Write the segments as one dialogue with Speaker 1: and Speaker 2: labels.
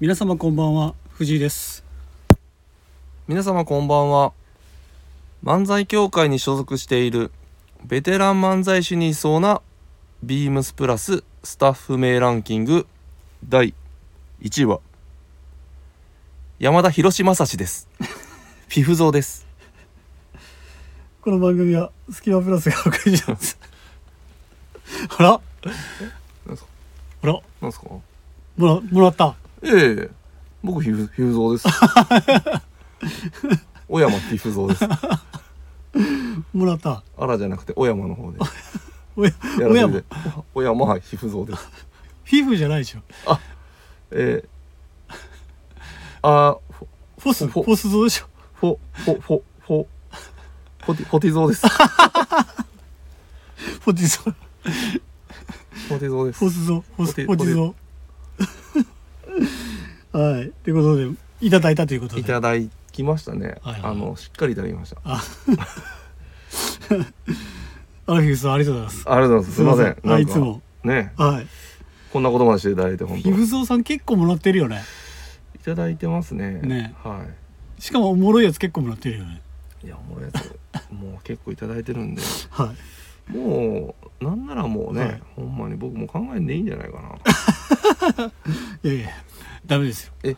Speaker 1: 皆様こんばんは藤井です
Speaker 2: 皆様こんばんは漫才協会に所属しているベテラン漫才師にいそうなビームスプラススタッフ名ランキング第1位は山田博正史ですフィフゾーです
Speaker 1: この番組はスキマプラスがお送りしますあら
Speaker 2: なんすか
Speaker 1: あら
Speaker 2: なんですか
Speaker 1: もらもらった
Speaker 2: ええ僕フィフフィフゾーです 小山フィフゾーです
Speaker 1: もらった
Speaker 2: あらじゃなくて小山の方で
Speaker 1: おや
Speaker 2: や
Speaker 1: お
Speaker 2: ら
Speaker 1: や
Speaker 2: せ
Speaker 1: も
Speaker 2: て小山はフィフゾーです
Speaker 1: 皮膚じゃないでしょ
Speaker 2: えー、あーフ
Speaker 1: フォスフ
Speaker 2: ほ
Speaker 1: ォス像でしょ
Speaker 2: ォフォフォフォフォティフォティゾー です。フ
Speaker 1: フォティゾ
Speaker 2: ォティゾーです
Speaker 1: フォ。ス像フォスフ
Speaker 2: フ
Speaker 1: ォ
Speaker 2: ォ
Speaker 1: テ
Speaker 2: テ
Speaker 1: ィ像はいということでいただいたということ
Speaker 2: い
Speaker 1: で
Speaker 2: ただきましたね。
Speaker 1: はいはい
Speaker 2: あのしっかりいただきました。あ
Speaker 1: アルフィフさんありがとうございます
Speaker 2: りがとうございます。すみません。なんか
Speaker 1: はいいつも
Speaker 2: ね
Speaker 1: はい
Speaker 2: こんなことまでしていただいて本当
Speaker 1: 皮
Speaker 2: い
Speaker 1: 膚像さん結構もらってるよね
Speaker 2: ただいてますね。
Speaker 1: ね
Speaker 2: は
Speaker 1: しかもおもろいやつ結構もらってるよね
Speaker 2: い。いやもうやつもう結構いただいてるんで、
Speaker 1: はい
Speaker 2: もうなんならもうね、
Speaker 1: はい
Speaker 2: ほんまに僕も考えんでいいんじゃないかな。
Speaker 1: いやいやダメですよ
Speaker 2: え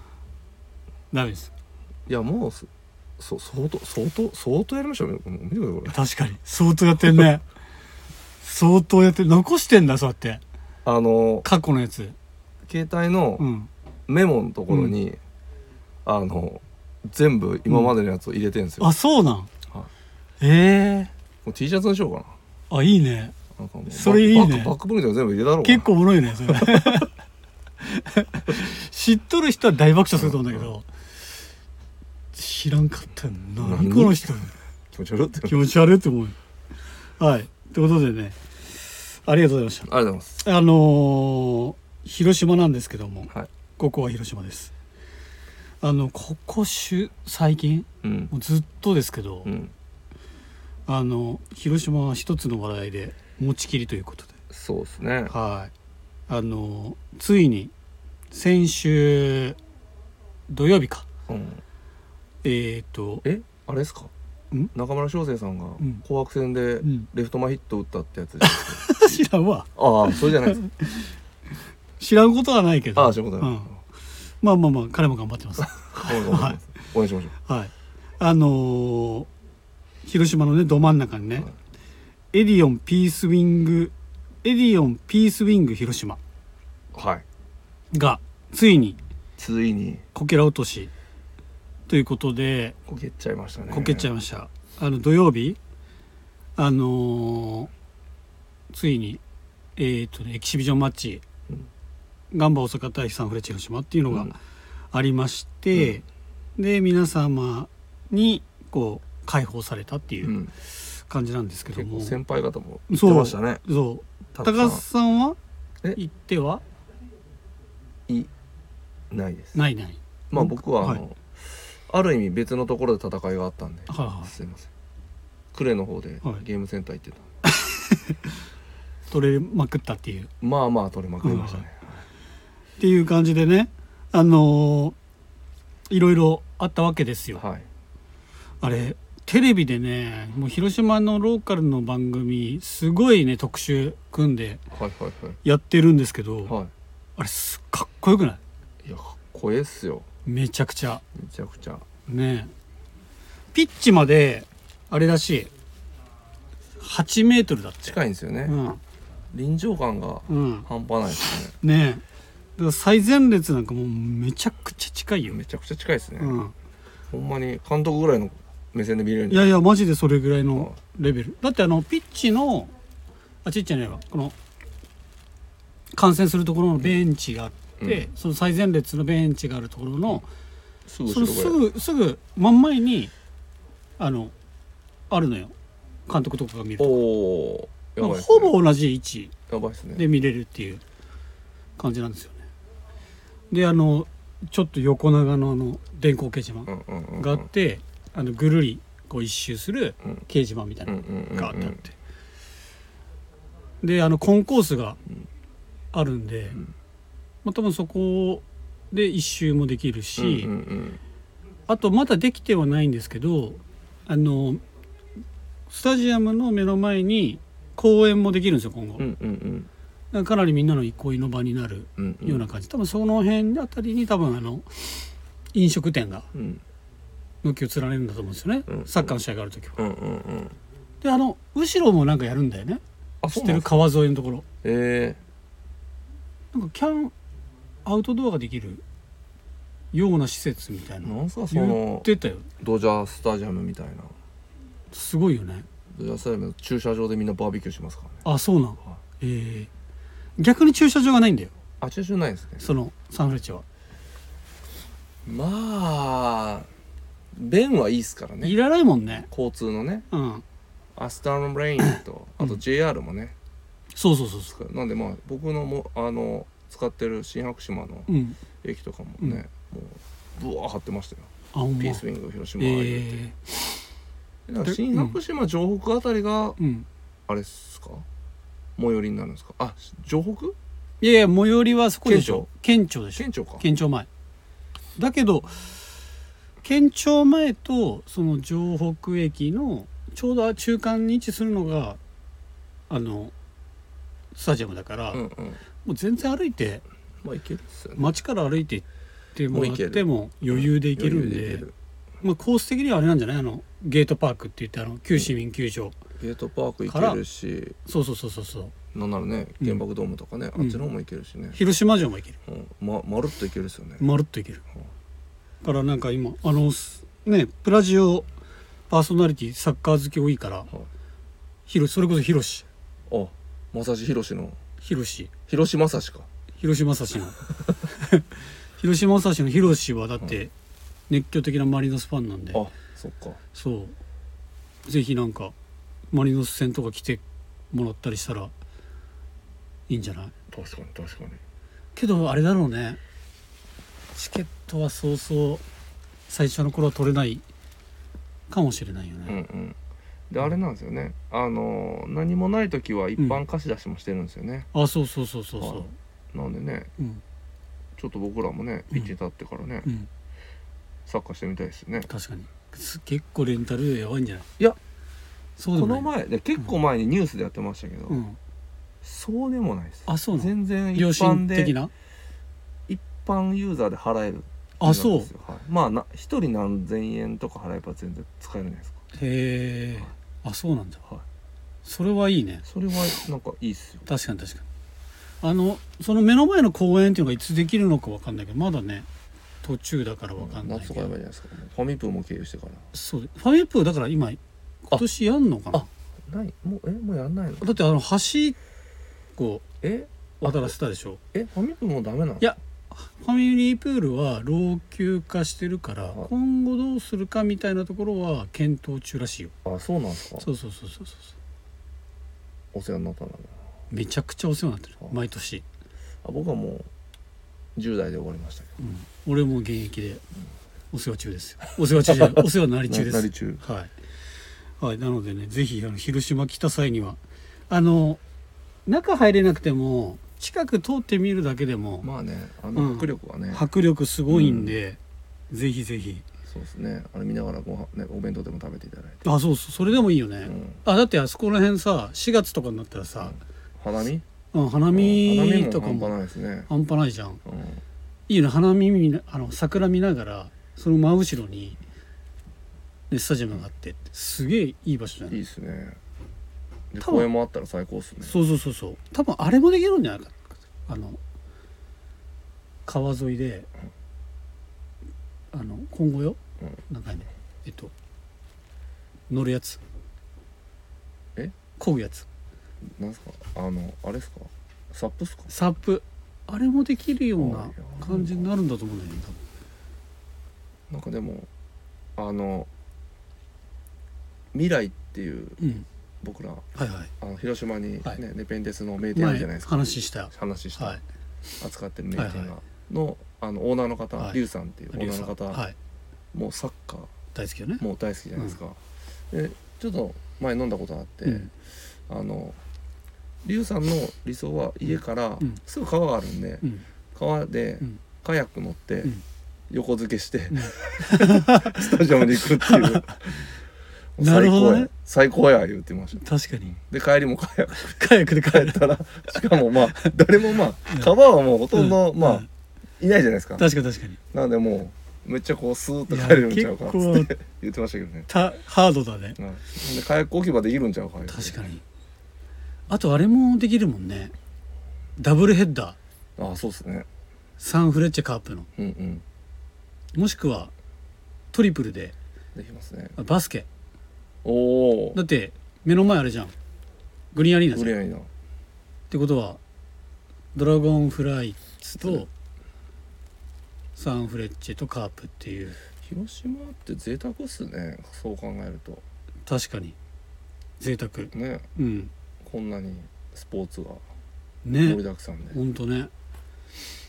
Speaker 1: ダメです
Speaker 2: いやもうそそ相当相当相当やりましたよ。もう見てくださいこれ。
Speaker 1: 確かに相当やってんね相当やって残してんだそうやって
Speaker 2: あの
Speaker 1: 過去のやつ
Speaker 2: 携帯の、
Speaker 1: うん
Speaker 2: メモのところに、あの全部今までのやつを入れてるんですよ、
Speaker 1: あそうなん
Speaker 2: はい
Speaker 1: ええ
Speaker 2: もう T シャツにしようかな
Speaker 1: あいいね
Speaker 2: なんかもう
Speaker 1: それいいね
Speaker 2: バックバックボーンとか全部入れたろうかな
Speaker 1: 結構おもろいねそれ知っとる人は大爆笑すると思うんだけど知らんかったよな何
Speaker 2: 何
Speaker 1: この人
Speaker 2: 気持ち悪いってあり
Speaker 1: 気持ち悪いと思うはいということでねありがとうございまし
Speaker 2: がとうございます
Speaker 1: たあのー広島なんですけども
Speaker 2: はい
Speaker 1: ここは広島ですあのここ週最近
Speaker 2: うん
Speaker 1: もうずっとですけど、
Speaker 2: うん
Speaker 1: あの広島は一つの話題で持ちきりということで
Speaker 2: そうですね
Speaker 1: はいあのついに先週土曜日か
Speaker 2: うん
Speaker 1: えっ、と
Speaker 2: えあれですか
Speaker 1: ん
Speaker 2: 中村翔成さんが
Speaker 1: ん
Speaker 2: 紅白戦で
Speaker 1: うん
Speaker 2: レフト前ヒット打ったってやつじゃないです
Speaker 1: 知らんわ
Speaker 2: か、 ああそれ じゃないです
Speaker 1: 知らんことはないけど
Speaker 2: ああそういうことだ、
Speaker 1: んまあまあまあ彼も頑張ってます
Speaker 2: はいます、応援しましょ
Speaker 1: はいあのー広島のねど真ん中にね、
Speaker 2: はい
Speaker 1: エディオンピースウィングエディオンピースウィング広島
Speaker 2: うはい
Speaker 1: がついに
Speaker 2: ついに
Speaker 1: こけら落としということで
Speaker 2: こけちゃいましたね
Speaker 1: こけちゃい
Speaker 2: い
Speaker 1: ました、あの土曜日あのーついにえーとねエキシビジョンマッチ、
Speaker 2: うん
Speaker 1: ガンバ大阪対サンフレッチェ広島っていうの
Speaker 2: う
Speaker 1: が
Speaker 2: ん、
Speaker 1: ありまして、で皆様にこう解放されたっていううん感じなんですけど
Speaker 2: 結
Speaker 1: も、
Speaker 2: 構先輩方も言っ
Speaker 1: そう
Speaker 2: てましたね
Speaker 1: そう
Speaker 2: たく
Speaker 1: 高
Speaker 2: さん
Speaker 1: 須さんは
Speaker 2: え
Speaker 1: 行ってはい
Speaker 2: ないです
Speaker 1: ないない
Speaker 2: まあ僕はあの、
Speaker 1: は
Speaker 2: ある意味別のところで戦いがあったんで、
Speaker 1: はいはい
Speaker 2: すいません呉の方で
Speaker 1: はい
Speaker 2: ゲームセンター行ってた、
Speaker 1: 取れまくったっていう
Speaker 2: まあまあ取れまくりましたね、
Speaker 1: っていう感じでねあのーいろいろあったわけですよ、
Speaker 2: はい
Speaker 1: あれテレビでねもう広島のローカルの番組すごいね特集組んで
Speaker 2: はいはい
Speaker 1: やってるんですけど、
Speaker 2: はいは
Speaker 1: あれすかっこよくない
Speaker 2: いいやかっこええっすよ
Speaker 1: めちゃくちゃ
Speaker 2: めちゃくちゃ
Speaker 1: ねピッチまであれらしい8メートルだって
Speaker 2: 近いんですよね、
Speaker 1: うん
Speaker 2: 臨場感が
Speaker 1: うん
Speaker 2: 半端ないです
Speaker 1: ねえだから最前列なんかもうめちゃくちゃ近い
Speaker 2: ね
Speaker 1: よ、
Speaker 2: めちゃくちゃ近いですね、
Speaker 1: うん、
Speaker 2: ほんまに監督ぐらいの目線で見れるん
Speaker 1: い
Speaker 2: じゃ
Speaker 1: や
Speaker 2: ない
Speaker 1: いやマジでそれぐらいのレベルだってあのピッチのあちっちゃいねえわこの観戦するところのベンチがあって、
Speaker 2: う
Speaker 1: その最前列のベンチがあるところの、
Speaker 2: すぐ
Speaker 1: そ
Speaker 2: 後
Speaker 1: の
Speaker 2: ろ
Speaker 1: す
Speaker 2: ぐらい
Speaker 1: ぐすぐ真ん前にあのあるのよ監督とかが見る
Speaker 2: お
Speaker 1: と
Speaker 2: おーやばいっすね
Speaker 1: ほぼ同じ位置
Speaker 2: やばいっすね
Speaker 1: で見れるっていう感じなんですよねであのちょっと横長のあの電光掲示板
Speaker 2: うんうんうん
Speaker 1: があって、あのぐるりこう一周する
Speaker 2: うん
Speaker 1: 掲示板みたいな
Speaker 2: うんうんうんうん
Speaker 1: があってあって、であのコンコースがあるんで、
Speaker 2: ん
Speaker 1: まあ、多分そこで一周もできるし、
Speaker 2: うんうん
Speaker 1: あとまだできてはないんですけどあのスタジアムの目の前に公園もできるんですよ今後、
Speaker 2: うんうんうん
Speaker 1: だからかなりみんなの憩いの場になる
Speaker 2: うんうん
Speaker 1: ような感じ、多分その辺あたりに多分あの飲食店が
Speaker 2: うん
Speaker 1: 軒を連ねるんだと思うんですよね、
Speaker 2: うん
Speaker 1: サッカーの試合がある時は。
Speaker 2: うんうんうん
Speaker 1: であの後ろもなんかやるんだよね
Speaker 2: あ
Speaker 1: 知
Speaker 2: そう
Speaker 1: って
Speaker 2: な
Speaker 1: る
Speaker 2: んですか
Speaker 1: 川沿いのところ
Speaker 2: え
Speaker 1: なんかキャンアウトドアができるような施設みたい
Speaker 2: え
Speaker 1: な
Speaker 2: なんすかそ
Speaker 1: 言っ
Speaker 2: の
Speaker 1: てたよ
Speaker 2: ドジャースタジアムみたいな
Speaker 1: すごいよね
Speaker 2: ドジャースタジアムの駐車場でみんなバーベキューしますからね
Speaker 1: あそうなん
Speaker 2: はい
Speaker 1: えー逆に駐車場がないんだよ
Speaker 2: あ駐車場ないですね
Speaker 1: そのサンフレッチェは、
Speaker 2: まあ便はいいですからね
Speaker 1: いらないもんね
Speaker 2: 交通のね
Speaker 1: うん
Speaker 2: アスタームレインとあと JR もね、
Speaker 1: そうそうそうそ
Speaker 2: 使うなんでまあ僕のもあの使ってる新白島の
Speaker 1: ううん
Speaker 2: 駅とかもね、もうブワー張ってましたよ、
Speaker 1: あほんま
Speaker 2: ピースウィング広島ああいうのって
Speaker 1: え
Speaker 2: でだから新白島城北あたりが
Speaker 1: ーうん
Speaker 2: あれっすか最寄りになるんですかあ城北
Speaker 1: いやいや最寄りはそこでしょ県庁でしょ
Speaker 2: 県庁か
Speaker 1: 県庁前だけど県庁前とその城北駅のちょうど中間に位置するのがあのスタジアムだから、
Speaker 2: うん
Speaker 1: も
Speaker 2: うん
Speaker 1: う全然歩いて
Speaker 2: まあいけるっすよね
Speaker 1: 街から歩いて行ってもら
Speaker 2: もう行
Speaker 1: っ
Speaker 2: ける
Speaker 1: ても余裕で行けるん
Speaker 2: 余裕
Speaker 1: で
Speaker 2: いける
Speaker 1: まあ、コース的にはあれなんじゃないあのゲートパークって言ってあの旧市民球場、
Speaker 2: ゲートパーク行けるし
Speaker 1: そうそうそうそうそう
Speaker 2: なんならね
Speaker 1: うん
Speaker 2: 原爆ドームとかね、
Speaker 1: うん
Speaker 2: あっちの方も行けるしね、
Speaker 1: 広島城も行ける
Speaker 2: うんま、まるっと行けるっすよね、
Speaker 1: まるっといける
Speaker 2: うん
Speaker 1: だからなんか今あのすねプラジオパーソナリティサッカー好き多いからひろそれこそ広し
Speaker 2: あ正志広志の
Speaker 1: 広し
Speaker 2: 広志正志か
Speaker 1: 広島正志の 広島正志の広しはだって熱狂的なマリノスファンなんで
Speaker 2: あそっか
Speaker 1: そうぜひなんかマリノス戦とか来てもらったりしたらいいんじゃない
Speaker 2: 確かに確かに
Speaker 1: けどあれだろうねチケットはそうそう最初の頃は取れないかもしれないよ
Speaker 2: うん
Speaker 1: ね、
Speaker 2: うんであれなんですよねあのー何もない時は一般貸し出しもしてるんですよね、
Speaker 1: あそうそうそうそうそう、
Speaker 2: はいなんでね
Speaker 1: うん
Speaker 2: ちょっと僕らもね
Speaker 1: うん
Speaker 2: ピッチ立ってからね、
Speaker 1: うん
Speaker 2: サッカーしてみたいですよね
Speaker 1: 確かにす結構レンタルやばいんじゃない
Speaker 2: いや
Speaker 1: そうで
Speaker 2: こ
Speaker 1: もな
Speaker 2: の
Speaker 1: い
Speaker 2: 前で結構前にニュースでやってましたけど、
Speaker 1: うん、
Speaker 2: そうでもないです
Speaker 1: あそうなの
Speaker 2: 全然一
Speaker 1: 良
Speaker 2: 般
Speaker 1: 心
Speaker 2: で
Speaker 1: 的な
Speaker 2: 一般ユーザーで払える
Speaker 1: あそう
Speaker 2: なんですよはいまあな一人何千円とか払えば全然使えるじゃないですか
Speaker 1: へえあそうなんだ、
Speaker 2: はい
Speaker 1: それはいいね
Speaker 2: それはなんかいいっすよ
Speaker 1: 確かに確かにあのその目の前の公園っていうのがいつできるのかわかんないけどまだね途中だからわかんないけど
Speaker 2: 夏とかやばいじゃないですかファミプーも経由してから
Speaker 1: そうファミプーだから今今年やんのかな
Speaker 2: あないもうえもうやんないの
Speaker 1: だってあの橋を
Speaker 2: え
Speaker 1: 渡らせたでしょ
Speaker 2: えファミプーもうダメなの
Speaker 1: いやファミリープールは老朽化してるから
Speaker 2: はい
Speaker 1: 今後どうするかみたいなところは検討中らしいよ
Speaker 2: あそうなんですか
Speaker 1: そうそうそうそうそう
Speaker 2: お世話になったんだな
Speaker 1: めちゃくちゃお世話になってる
Speaker 2: はい
Speaker 1: 毎年、
Speaker 2: あ僕はもう10代で終わりましたけど
Speaker 1: うん俺も現役でお世話中ですよお世話中じゃ ないお世話になり中で
Speaker 2: ななり
Speaker 1: す
Speaker 2: 中
Speaker 1: はい、はい、なのでねぜひあの広島来た際にはあの中入れなくても近く通ってみるだけでも
Speaker 2: まあねあ
Speaker 1: うん
Speaker 2: の迫力はね、
Speaker 1: 迫力すごいんで、ぜひぜひ
Speaker 2: そうですねあれ見ながらご飯ねお弁当でも食べていただい
Speaker 1: あそうそうそれでもいいよね、
Speaker 2: て、うん、
Speaker 1: あだってあそこら辺さ4月とかになったらさ、
Speaker 2: 花見
Speaker 1: うん、花
Speaker 2: 花見
Speaker 1: 見
Speaker 2: も
Speaker 1: とか
Speaker 2: 半
Speaker 1: も
Speaker 2: 端ないですね、
Speaker 1: 半端ないじゃん
Speaker 2: うん、
Speaker 1: いいよね花見見なあの桜見ながらその真後ろに、ね、スタジアムがあってすげえいい場所じゃない
Speaker 2: いいですねで
Speaker 1: 多分
Speaker 2: 公園もあったら最高っすね
Speaker 1: そうそうそうそう多分あれもできるんじゃないかあの川沿いであの今後よ、
Speaker 2: う
Speaker 1: なんかねえっと乗るやつ
Speaker 2: え
Speaker 1: 漕ぐやつ
Speaker 2: なんすかあのあれっすかサップっすか
Speaker 1: サップあれもできるよう
Speaker 2: あ
Speaker 1: ない
Speaker 2: や
Speaker 1: 感じになるんだと思うんだよね多分
Speaker 2: なんかでもあの未来っていう
Speaker 1: うん
Speaker 2: 僕ら
Speaker 1: はいはい
Speaker 2: あの広島にね、
Speaker 1: はい
Speaker 2: ネペンデスの名店あるじゃな
Speaker 1: 前
Speaker 2: いですか
Speaker 1: 話した
Speaker 2: 話した、
Speaker 1: はい
Speaker 2: 扱ってる名店が、
Speaker 1: はいは
Speaker 2: のあのオーナーの方、
Speaker 1: はい
Speaker 2: リュウさんっていうオー
Speaker 1: リュ
Speaker 2: ナ
Speaker 1: ウ
Speaker 2: ー
Speaker 1: さ
Speaker 2: の
Speaker 1: ん
Speaker 2: 方、
Speaker 1: はい
Speaker 2: もうサッカー
Speaker 1: 大好きよね
Speaker 2: もう大好きじゃないですか、でちょっと前飲んだことあって、
Speaker 1: うん
Speaker 2: あのリュウさんの理想は家から
Speaker 1: うん
Speaker 2: すぐ川があるんで、
Speaker 1: うん
Speaker 2: 川で
Speaker 1: うん
Speaker 2: カヤック乗って
Speaker 1: うん
Speaker 2: 横付けして、
Speaker 1: ん
Speaker 2: スタジオに行くっていう もう
Speaker 1: なるほどね
Speaker 2: 最高や最高や言ってました
Speaker 1: 確かに
Speaker 2: で帰りもカヤック
Speaker 1: カヤックで帰
Speaker 2: 帰っ
Speaker 1: る
Speaker 2: たら しかもまあ誰もまあ川はもうほとんど、
Speaker 1: うん
Speaker 2: まあ、
Speaker 1: うん
Speaker 2: いないじゃないですか
Speaker 1: 確かに確かに
Speaker 2: なのでもうめっちゃこうスーッと帰れるんちゃうかっつ
Speaker 1: いや
Speaker 2: っ
Speaker 1: 結
Speaker 2: て言ってましたけどね、
Speaker 1: たハードだね
Speaker 2: うん、で火薬置き場できるんちゃうか
Speaker 1: 確かにあとあれもできるもんねダブルヘッダー
Speaker 2: ああそうですね
Speaker 1: サンフレッチェカープの
Speaker 2: うんうん
Speaker 1: もしくはトリプルで
Speaker 2: できますね
Speaker 1: あバスケ
Speaker 2: おお
Speaker 1: だって目の前あれじゃんグリーンアリーナじゃん
Speaker 2: 売
Speaker 1: っ
Speaker 2: れないな
Speaker 1: てことはドラゴンフライ
Speaker 2: うん
Speaker 1: とサンフレッチェとカープっていう
Speaker 2: 広島って贅沢っすねそう考えると
Speaker 1: 確かに贅沢
Speaker 2: ね
Speaker 1: うん
Speaker 2: こんなにスポーツが盛り
Speaker 1: ね
Speaker 2: だくさんで、
Speaker 1: ほんとね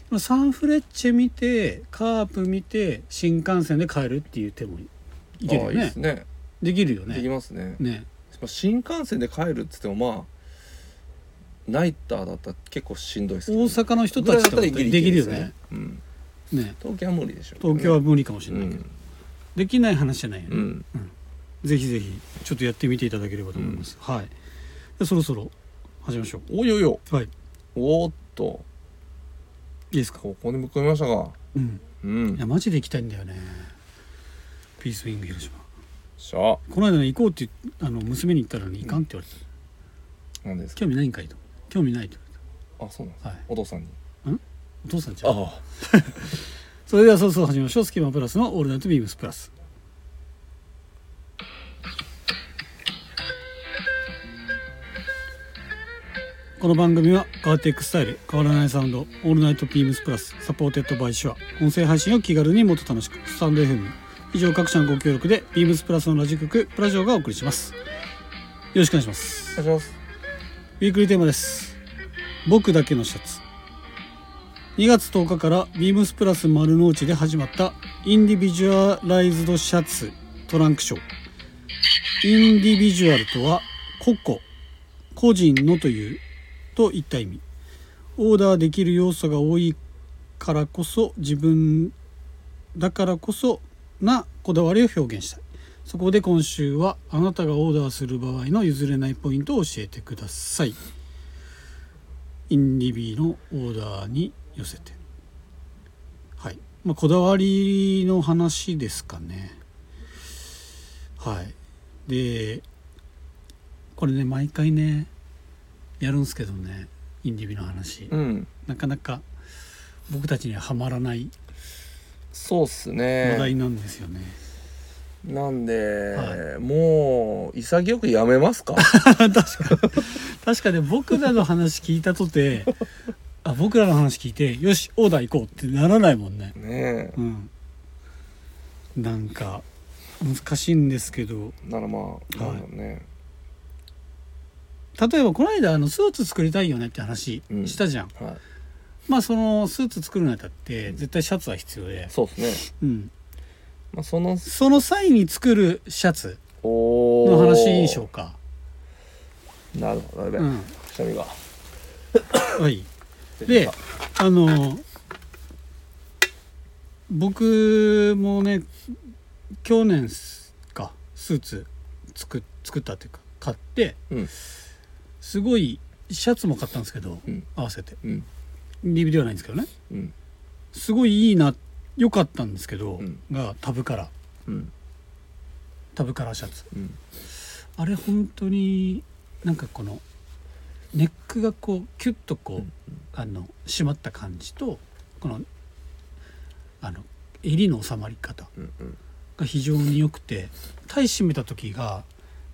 Speaker 1: まあサンフレッチェ見てカープ見て新幹線で帰るっていう手もいける
Speaker 2: あ
Speaker 1: よ
Speaker 2: あいいで
Speaker 1: ね
Speaker 2: すね
Speaker 1: できるよ
Speaker 2: でき
Speaker 1: ね
Speaker 2: ますね
Speaker 1: ね
Speaker 2: まあ新幹線で帰るっつってもまあナイターだったら結構しんどいっす
Speaker 1: 大
Speaker 2: けど
Speaker 1: 阪の人
Speaker 2: ぐ
Speaker 1: た
Speaker 2: らいだ
Speaker 1: ち
Speaker 2: っ
Speaker 1: と
Speaker 2: た
Speaker 1: からで
Speaker 2: ギリ
Speaker 1: き
Speaker 2: ギリ
Speaker 1: る
Speaker 2: で
Speaker 1: よ
Speaker 2: す
Speaker 1: ね、
Speaker 2: うん、
Speaker 1: ね
Speaker 2: 東京は無理でしょう、
Speaker 1: 東京は無理かもし
Speaker 2: う
Speaker 1: れないけど、
Speaker 2: ん、
Speaker 1: できない話じゃないよね、
Speaker 2: うん、
Speaker 1: ぜひぜひちょっとやってみていただければと思います、はいでそろそろ始めましょ
Speaker 2: おいおいおいう
Speaker 1: はいい
Speaker 2: おーっと
Speaker 1: いですか
Speaker 2: ここにぶっ込みましたか
Speaker 1: うん
Speaker 2: う
Speaker 1: い
Speaker 2: ん
Speaker 1: やマジで行きたいんだよねピースウィング広島
Speaker 2: しゃあ
Speaker 1: この間ね行こうって言っあの娘に言ったらね行かんって言われて
Speaker 2: 何ですか
Speaker 1: 興味ないんかいと興味ないと
Speaker 2: あそうなんです
Speaker 1: はい
Speaker 2: お父さんに
Speaker 1: お父さんじゃん
Speaker 2: あ
Speaker 1: それではそろそろ始めましょうスキマプラスのオールナイトビームスプラスこの番組は変わっていくスタイル変わらないサウンドオールナイトビームスプラスサポーテッドバイシュア音声配信を気軽にもっと楽しくスタンド FM 以上各社のご協力でビームスプラスのラジオ局プラジオがお送りしますよろしくお願いします
Speaker 2: お願いします
Speaker 1: ウィークリーテーマです。僕だけのシャツ。2月10日からビームスプラス丸の内で始まったインディビジュアライズドシャツトランクショー。インディビジュアルとは個々、個人のというといった意味。オーダーできる要素が多いからこそ自分だからこそなこだわりを表現したい。そこで今週はあなたがオーダーする場合の譲れないポイントを教えてくださいインディビーのオーダーに寄せてはい、まあ、こだわりの話ですかねはいでこれね毎回ねやるんですけどねインディビーの話、
Speaker 2: うん
Speaker 1: なかなか僕たちにははまらない
Speaker 2: そうっす
Speaker 1: 話題
Speaker 2: ね
Speaker 1: なんですよね、
Speaker 2: なんで、
Speaker 1: は
Speaker 2: もう潔くやめま すか
Speaker 1: 確かに僕らの話聞いたとてあ僕らの話聞いてよしオーダー行こうってならないもんね
Speaker 2: ね
Speaker 1: うんなんか難しいんですけど
Speaker 2: えならまあ、
Speaker 1: はい
Speaker 2: なんだろうね
Speaker 1: 例えばこの間あのスーツ作りたいよねって話したじゃん、
Speaker 2: はい
Speaker 1: まあそのスーツ作るにあたって絶対シャツは必要で、
Speaker 2: そうですね、
Speaker 1: うん、
Speaker 2: まあ、その
Speaker 1: その際に作るシャツ
Speaker 2: おー
Speaker 1: の話でしょうか
Speaker 2: なるほどやべ、
Speaker 1: う
Speaker 2: うん、
Speaker 1: ん
Speaker 2: くしゃみが
Speaker 1: はいであの僕もね去年すかスーツ作作ったっていうか買って
Speaker 2: うん
Speaker 1: すごいシャツも買ったんですけど、
Speaker 2: うん
Speaker 1: 合わせて
Speaker 2: うん
Speaker 1: リビではないんですけどね
Speaker 2: うん
Speaker 1: すごいいいな良かったんですけど、
Speaker 2: うん
Speaker 1: がタブカラー
Speaker 2: うん
Speaker 1: タブカラーシャツ
Speaker 2: うん
Speaker 1: あれ本当になんかこのネックがこうキュッとこう、
Speaker 2: うん
Speaker 1: あの締まった感じとこのあの襟の収まり方
Speaker 2: うんうん
Speaker 1: が非常に良くてタイ締めた時が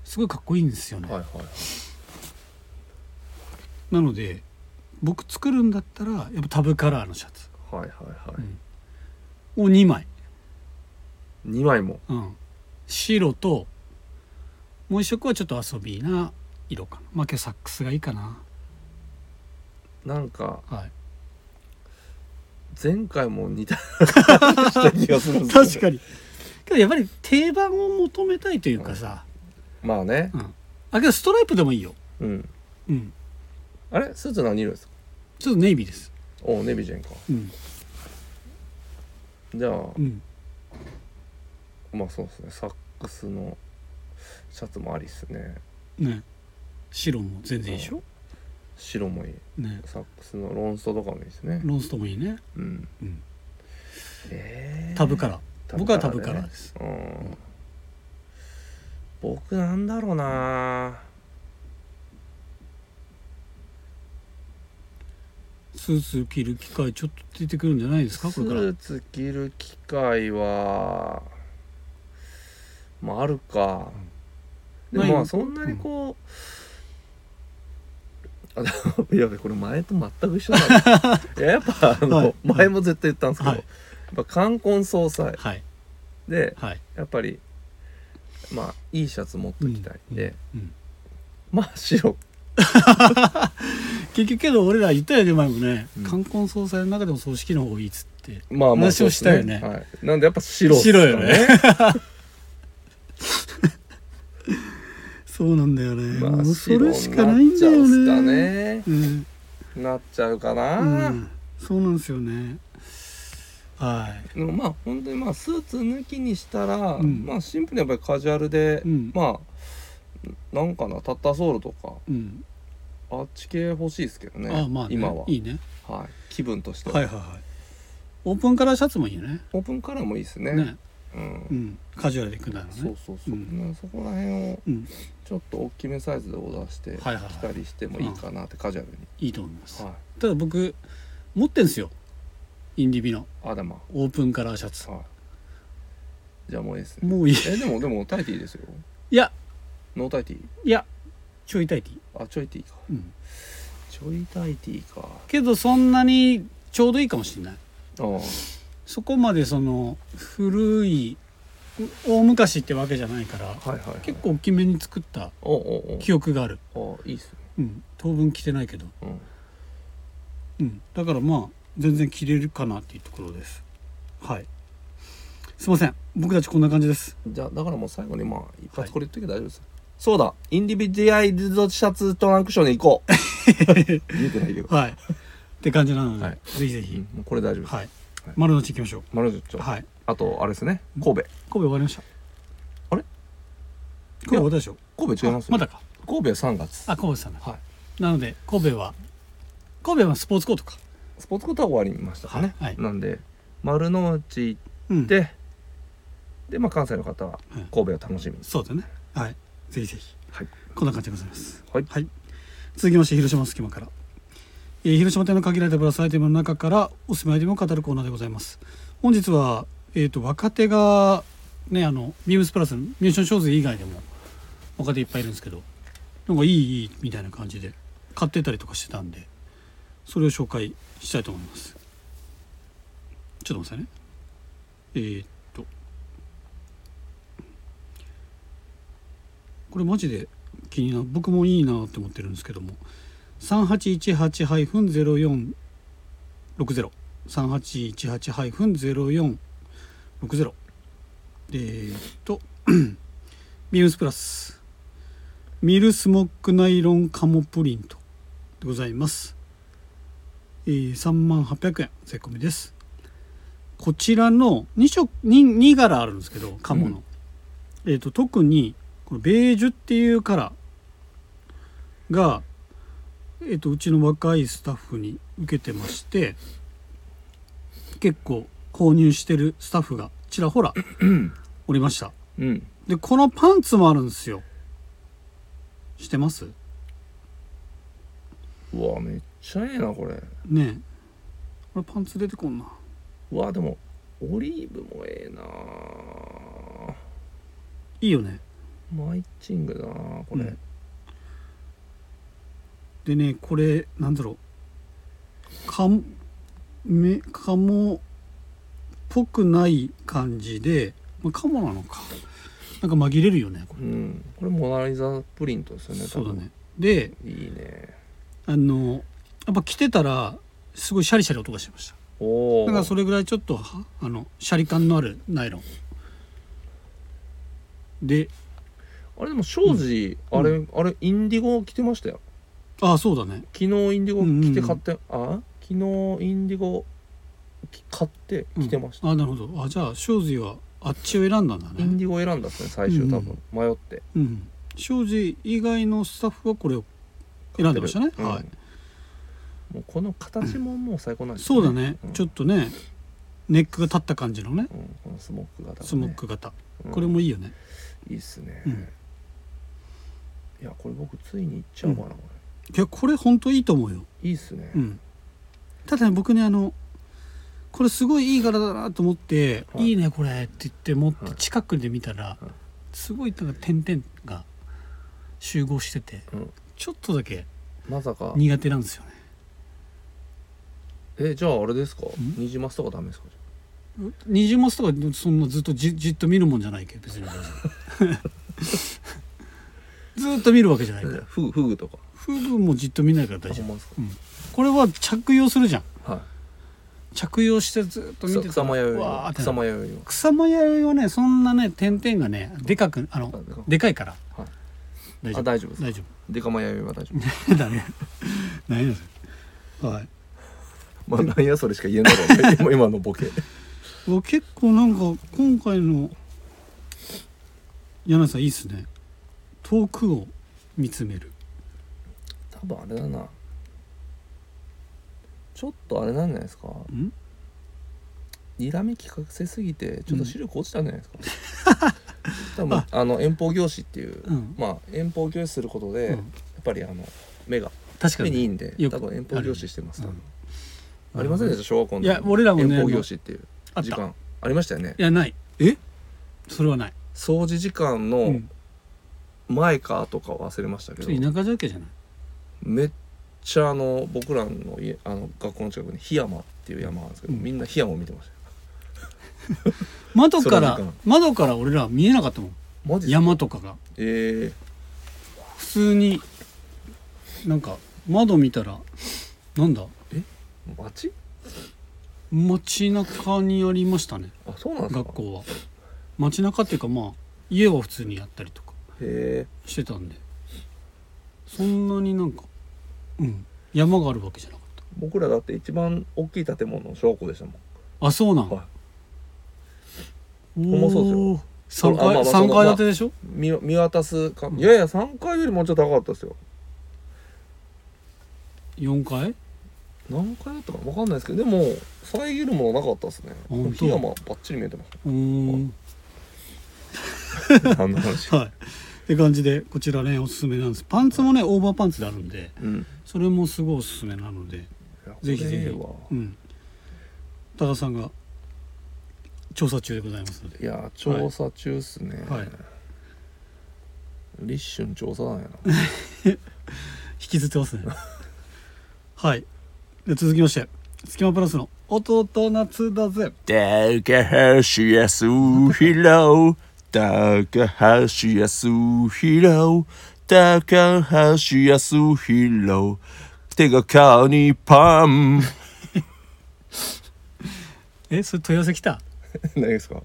Speaker 1: すごいかっこいいんですよね、
Speaker 2: はいはいはい
Speaker 1: なので僕作るんだったらやっぱタブカラーのシャツ
Speaker 2: はいはいは
Speaker 1: う
Speaker 2: い、
Speaker 1: んを2枚、
Speaker 2: 二枚も
Speaker 1: うん、白ともう一色はちょっと遊びな色かなまあ今日サックスがいいかな
Speaker 2: なんか
Speaker 1: はい
Speaker 2: 前回も似た話 した気がするんですよ
Speaker 1: 確かにけどやっぱり定番を求めたいというかさ、
Speaker 2: まあね
Speaker 1: うん、あけどストライプでもいいよ、
Speaker 2: うん
Speaker 1: うん、
Speaker 2: あれスーツ何色ですか
Speaker 1: ちょっとネイビーです、
Speaker 2: おおネビジェンか
Speaker 1: うん、
Speaker 2: じゃあ
Speaker 1: うん
Speaker 2: まあそうですねサックスのシャツもありっすね
Speaker 1: ね白も全然いいでしょ、
Speaker 2: 白もいい
Speaker 1: ね
Speaker 2: サックスのロンストとかもいいですね
Speaker 1: ロンストもいいね、
Speaker 2: うん
Speaker 1: うん、
Speaker 2: えー
Speaker 1: タブカラ、僕はタブカ
Speaker 2: ね
Speaker 1: ラです
Speaker 2: うん僕なんだろうな
Speaker 1: スーツ着る機会ちょっと出てくるんじゃないですか
Speaker 2: ス
Speaker 1: これから
Speaker 2: ーツ着る機会はまああるか、
Speaker 1: うん
Speaker 2: で
Speaker 1: ない
Speaker 2: もまあそんなにこう、あでもや べこれ前と全く一 緒だないややっぱあの、
Speaker 1: はい
Speaker 2: 前も絶対言ったんですけど、
Speaker 1: はい
Speaker 2: やっぱ冠婚葬祭
Speaker 1: はい
Speaker 2: で
Speaker 1: はい
Speaker 2: やっぱりまあいいシャツ持っときたい、んで、
Speaker 1: うんうん
Speaker 2: まあ白
Speaker 1: 結局けど俺ら言ったよね前もね、
Speaker 2: うん
Speaker 1: 冠婚葬祭の中でも葬式の方がいいっつって
Speaker 2: まあまあ
Speaker 1: 話をしたよね
Speaker 2: そうですはい、なんでやっぱ白っす
Speaker 1: 白よねそうなんだよね、
Speaker 2: ま
Speaker 1: も
Speaker 2: あ
Speaker 1: うそ
Speaker 2: 白
Speaker 1: れ
Speaker 2: し
Speaker 1: し
Speaker 2: か
Speaker 1: か
Speaker 2: な
Speaker 1: な
Speaker 2: っ
Speaker 1: いん
Speaker 2: ち
Speaker 1: だ
Speaker 2: ゃう
Speaker 1: よ
Speaker 2: っすか
Speaker 1: ね
Speaker 2: ね
Speaker 1: うん、
Speaker 2: なっちゃうかな、
Speaker 1: うん、そうなんですよねは
Speaker 2: でもまあ本当にまあスーツ抜きにしたら、
Speaker 1: ん
Speaker 2: まあシンプルにやっぱりカジュアルで、
Speaker 1: うん
Speaker 2: まあなんかなタッターソールとか
Speaker 1: い、うん
Speaker 2: あっち系欲しいですけどね
Speaker 1: あまあ、ね、
Speaker 2: 今はい
Speaker 1: いね
Speaker 2: はい、気分としては、
Speaker 1: はいはいはいオープンカラーシャツもいいよね
Speaker 2: オープンカラーもいいですね
Speaker 1: ね、
Speaker 2: う、
Speaker 1: うんん、カジュアルでいくならね
Speaker 2: そうそうそう、
Speaker 1: うん
Speaker 2: ねそこら辺を
Speaker 1: うん、
Speaker 2: ちょっと大きめサイズでオーダーして
Speaker 1: はいはいはい
Speaker 2: 着たりしてもいいかなってカジュアルに、
Speaker 1: いいと思います、
Speaker 2: はい
Speaker 1: ただ僕持ってんすよインディビの
Speaker 2: あでも
Speaker 1: オープンカラーシャツ
Speaker 2: はいじゃあもういいですね
Speaker 1: もういい
Speaker 2: えでもでもタイティーですよ
Speaker 1: いや
Speaker 2: ノータイティー
Speaker 1: いやちょいタイティ、
Speaker 2: あちょいティーか
Speaker 1: うん、
Speaker 2: ちょいタイティーか
Speaker 1: けどそんなにちょうどいいかもしれない
Speaker 2: ああ
Speaker 1: そこまでその古い大昔ってわけじゃないから
Speaker 2: はいはい、はい、
Speaker 1: 結構大きめに作った
Speaker 2: おお
Speaker 1: 記憶がある、
Speaker 2: おあいいっすね
Speaker 1: うん、当分着てないけど、
Speaker 2: うん
Speaker 1: うん、だからまあ全然着れるかなっていうところですはいすいません僕たちこんな感じです
Speaker 2: じゃあだからもう最後にまあ一
Speaker 1: はい
Speaker 2: 発これ言っとけば大丈夫です、そうだインディビデュアイルドシャツトランクショーに行こ う言えてないけど、
Speaker 1: はいって感じなので、
Speaker 2: はい
Speaker 1: ぜひぜ
Speaker 2: うん
Speaker 1: ひ、
Speaker 2: もうこれ大丈夫です、
Speaker 1: はい丸の内行きましょう
Speaker 2: 丸十丁、
Speaker 1: はい
Speaker 2: あとあれですね神戸
Speaker 1: 神戸終わりました
Speaker 2: あれ
Speaker 1: 神戸終わったでしょ
Speaker 2: 神戸違います
Speaker 1: あまだか
Speaker 2: 神戸は3月
Speaker 1: あ神戸さんだ
Speaker 2: はい
Speaker 1: なので神戸は神戸はスポーツコートか
Speaker 2: スポーツコートは終わりましたかね、
Speaker 1: はい
Speaker 2: なんで丸の内行
Speaker 1: うん
Speaker 2: って、でまあ関西の方は
Speaker 1: うん
Speaker 2: 神戸を楽しみに、
Speaker 1: そうだねはいぜひぜひ
Speaker 2: はい
Speaker 1: こんな感じでございます
Speaker 2: はい
Speaker 1: はい続きまして広島の隙間から、えー広島店の限られたプラスアイテムの中からおすすめアイテムを語るコーナーでございます本日は、えー、と若手がねあのビームスプラスのミューションショーズ以外でも若手いっぱいいるんですけどなんかいいいいみたいな感じで買ってたりとかしてたんでそれを紹介したいと思いますちょっと待ってくださいねえー、っとこれマジで気になる僕もいいなって思ってるんですけども3818-04603818-0460でえーっと ビームスプラスミルスモックナイロンカモプリントでございます、えー、3万800円税込みですこちらの2色 2, 2柄あるんですけどカモの、えー、と特にこのベージュっていうカラーが、えー、とうちの若いスタッフに受けてまして結構購入してるスタッフがちらほらおりました
Speaker 2: うん
Speaker 1: でこのパンツもあるんですよしてます
Speaker 2: うわめっちゃええなこれ
Speaker 1: ねえこれパンツ出てこんな
Speaker 2: うわでもオリーブもええない
Speaker 1: いよね
Speaker 2: マイチングだなこれ、
Speaker 1: うんでねこれなんだろうかもめかもっぽくない感じで、まあ、かもなのかなんか紛れるよねこ
Speaker 2: うんこれモナ・リザプリントですよ
Speaker 1: れ
Speaker 2: ね
Speaker 1: そうだねで
Speaker 2: 多分いいね
Speaker 1: あのやっぱ着てたらすごいシャリシャリ音がしてました
Speaker 2: おお
Speaker 1: だからそれぐらいちょっとはあのシャリ感のあるナイロンで
Speaker 2: あれでも庄司、
Speaker 1: うん
Speaker 2: あれ、あれインディゴ着てましたよ
Speaker 1: ああそうだね
Speaker 2: 昨日インディゴ着て買って、あ昨日インディゴき買って
Speaker 1: うん
Speaker 2: きてました、
Speaker 1: あなるほどあじゃあ庄司はあっちを選んだんだ
Speaker 2: イン
Speaker 1: ね
Speaker 2: ディゴ選んだんですね最終多分、迷って
Speaker 1: うん庄司以外のスタッフはこれを選んでましたね、
Speaker 2: うん
Speaker 1: はい
Speaker 2: もうこの形ももう最高なんです
Speaker 1: そうだね、
Speaker 2: うん
Speaker 1: ちょっとねネックが立った感じのね
Speaker 2: うん、このスモークが、ね、
Speaker 1: スモック型、
Speaker 2: うん
Speaker 1: これもいいよね
Speaker 2: いいっすね、
Speaker 1: うん
Speaker 2: いやこれ僕ついに行っちゃおうかな、こ
Speaker 1: いやこれほんといいと思うよ、
Speaker 2: れいいっすね、
Speaker 1: うん、ただね僕ねあのこれすごいいい柄だなと思って「
Speaker 2: はい
Speaker 1: い、いねこれ」って言って持って
Speaker 2: はい
Speaker 1: 近くで見たら、
Speaker 2: い
Speaker 1: すごいなんか点々が集合してて
Speaker 2: うん
Speaker 1: ちょっとだけ
Speaker 2: まさか
Speaker 1: 苦手なんですよね
Speaker 2: えじゃああれですか
Speaker 1: ん
Speaker 2: ニジマスとかダメですか
Speaker 1: ニジマスとかそんなずっとじじっと見るもんじゃないけど 別にずーっと見るわけじゃないから
Speaker 2: フグフグとか
Speaker 1: フグもじっと見ないから
Speaker 2: あ
Speaker 1: 大
Speaker 2: ほ
Speaker 1: 丈
Speaker 2: ん
Speaker 1: 夫
Speaker 2: まですか、
Speaker 1: これは着用するじゃん
Speaker 2: はい
Speaker 1: 着用してずっと見て
Speaker 2: 草
Speaker 1: たら
Speaker 2: 草間弥
Speaker 1: わーっ
Speaker 2: 生
Speaker 1: てなる
Speaker 2: 草間弥生は
Speaker 1: 草間弥生はねそんなね点々がねでかくあのでかいから
Speaker 2: はい
Speaker 1: 大丈
Speaker 2: あ
Speaker 1: 夫
Speaker 2: 大丈夫です
Speaker 1: 大丈
Speaker 2: デカマ弥生は大丈夫
Speaker 1: 夫 ダメ何やそれはい
Speaker 2: まあなんやそれしか言えんだろう ね今のボケ
Speaker 1: うわ結構なんか今回の柳井さんいいっすね遠くを見つめる
Speaker 2: 多分あれだなちょっとあれなんじゃないですか
Speaker 1: ん
Speaker 2: にらみきかせすぎてちょっと視力落ちたんじゃないですか、多分あの遠方業師っていう、
Speaker 1: うん
Speaker 2: まあ遠方業師することで、
Speaker 1: うん
Speaker 2: やっぱりあの目が
Speaker 1: 確か
Speaker 2: 目
Speaker 1: に
Speaker 2: にいい
Speaker 1: ね
Speaker 2: んで
Speaker 1: よく
Speaker 2: 多分遠方業師してます、
Speaker 1: ある
Speaker 2: 多
Speaker 1: よ
Speaker 2: 分ありませんでした小学校の時
Speaker 1: いや俺らもね
Speaker 2: 遠方業師っていう
Speaker 1: あっ
Speaker 2: 時
Speaker 1: たい
Speaker 2: 間ありましたよね
Speaker 1: やないえそれはない、
Speaker 2: 掃除時間
Speaker 1: う
Speaker 2: の
Speaker 1: ん、
Speaker 2: 前かとか忘れましたけ
Speaker 1: そ
Speaker 2: ど、
Speaker 1: れ田舎じゃけじゃない
Speaker 2: めっちゃあの僕らの家あの学校の近くに檜山っていう山なんですけど、
Speaker 1: うん
Speaker 2: みんな檜山を見てましたよ
Speaker 1: 窓か
Speaker 2: そ
Speaker 1: ら
Speaker 2: の時間
Speaker 1: 窓から俺らは見えなかったもん
Speaker 2: マジっすか
Speaker 1: 山とかが
Speaker 2: え
Speaker 1: 普通になんか窓見たらなんだ
Speaker 2: ー、町
Speaker 1: 街中にありましたね
Speaker 2: あそうなんですか
Speaker 1: 学校は街中っていうかまあ家は普通にやったりとか
Speaker 2: へえ
Speaker 1: してたんでそんなになんかうん山があるわけじゃなかっ
Speaker 2: 僕らだって一番大きい建物の小学校でしたもん
Speaker 1: たあそうなん
Speaker 2: はい
Speaker 1: お
Speaker 2: ほんまそうです
Speaker 1: お3
Speaker 2: あまあま
Speaker 1: 階
Speaker 2: あ
Speaker 1: 三階建てでしょ
Speaker 2: 見見渡すか、いやいや3階よりもうちょっと高かったですよ
Speaker 1: 4階
Speaker 2: 何階だったか分かんないですけどでも遮るものなかったですね
Speaker 1: 本当
Speaker 2: 檜山バッチリ見えてまし
Speaker 1: うーん
Speaker 2: た何の話
Speaker 1: はいって感じでこちらねおすすめなんですパンツもねオーバーパンツであるんで
Speaker 2: うん
Speaker 1: それもすごいおすすめなのでぜひぜひ、
Speaker 2: いやこ
Speaker 1: う
Speaker 2: れ
Speaker 1: ん、多田さんが調査中でございますので
Speaker 2: いや調査中っすね、
Speaker 1: はい
Speaker 2: 立春調査なんやな
Speaker 1: 引きずってますね はいで続きましてスキマプラスの「弟夏だぜ
Speaker 3: 高橋康弘高橋康弘高橋康弘手がカニパン」
Speaker 1: えそれ問い合わせ来た
Speaker 2: 何ですか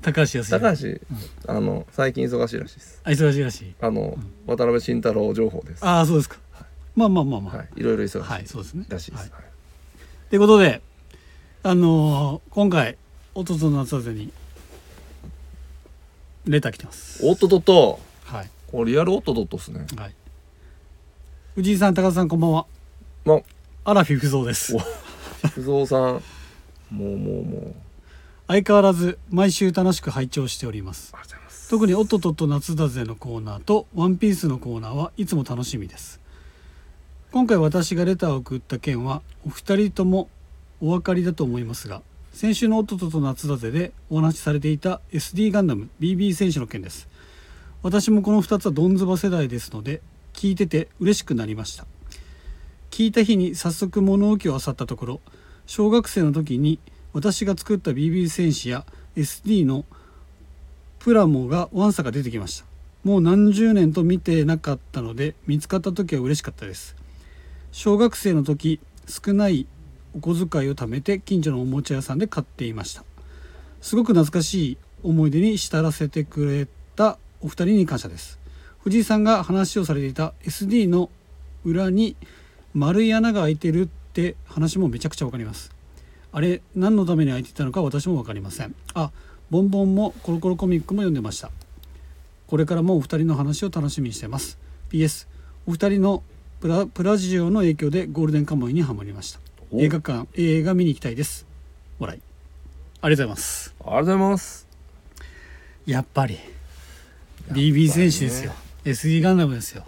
Speaker 1: 高橋康
Speaker 2: 高
Speaker 1: 弘
Speaker 2: 橋、あの最近忙しいらしいです
Speaker 1: あ忙しいらしい
Speaker 2: あの、渡辺慎太郎情報ですは
Speaker 1: ああそうですかまあまあまあまあはい、
Speaker 2: いいろいろ忙しい、
Speaker 1: そうですね
Speaker 2: らしいで
Speaker 1: は
Speaker 2: す、
Speaker 1: い
Speaker 2: はい
Speaker 1: ということであのー今回弟夏だぜにレター来てます
Speaker 2: おっとっとっと
Speaker 1: はい
Speaker 2: これリアルおっとっとっとっすね
Speaker 1: はい藤井さん高田さんこんばんは
Speaker 2: まあ
Speaker 1: アラフィフゾウです
Speaker 2: お菊蔵さんもうもうもう
Speaker 1: 相変わらず毎週楽しく拝聴しております
Speaker 2: ありがとうございます
Speaker 1: 特に「おっとっとっと夏だぜ」のコーナーと「ワンピースのコーナーはいつも楽しみです今回私がレターを送った件はお二人ともお分かりだと思いますが先週の「おっとっとっと夏だぜ」でお話しされていた SD ガンダム BB 選手の件です私もこの2つはドンズバ世代ですので聞いてて嬉しくなりました聞いた日に早速物置を漁ったところ小学生の時に私が作った BB 戦士や SD のプラモがワンサが出てきましたもう何十年と見てなかったので見つかった時は嬉しかったです小学生の時少ないお小遣いを貯めて近所のおもちゃ屋さんで買っていましたすごく懐かしい思い出に浸らせてくれたお二人に感謝です藤井さんが話をされていた SD の裏に丸い穴が開いてるって話もめちゃくちゃわかりますあれ何のために開いていたのか私も分かりませんあボンボンもコロコロコミックも読んでましたこれからもお二人の話を楽しみにしてます PS お二人のプラプラジオの影響でゴールデンカムイにハマりました
Speaker 2: お
Speaker 1: 映画館映画見に行きたいです笑いありがとうございます
Speaker 2: ありがとうございます
Speaker 1: やっぱり DB 戦士ですよ SD ガンダムですよ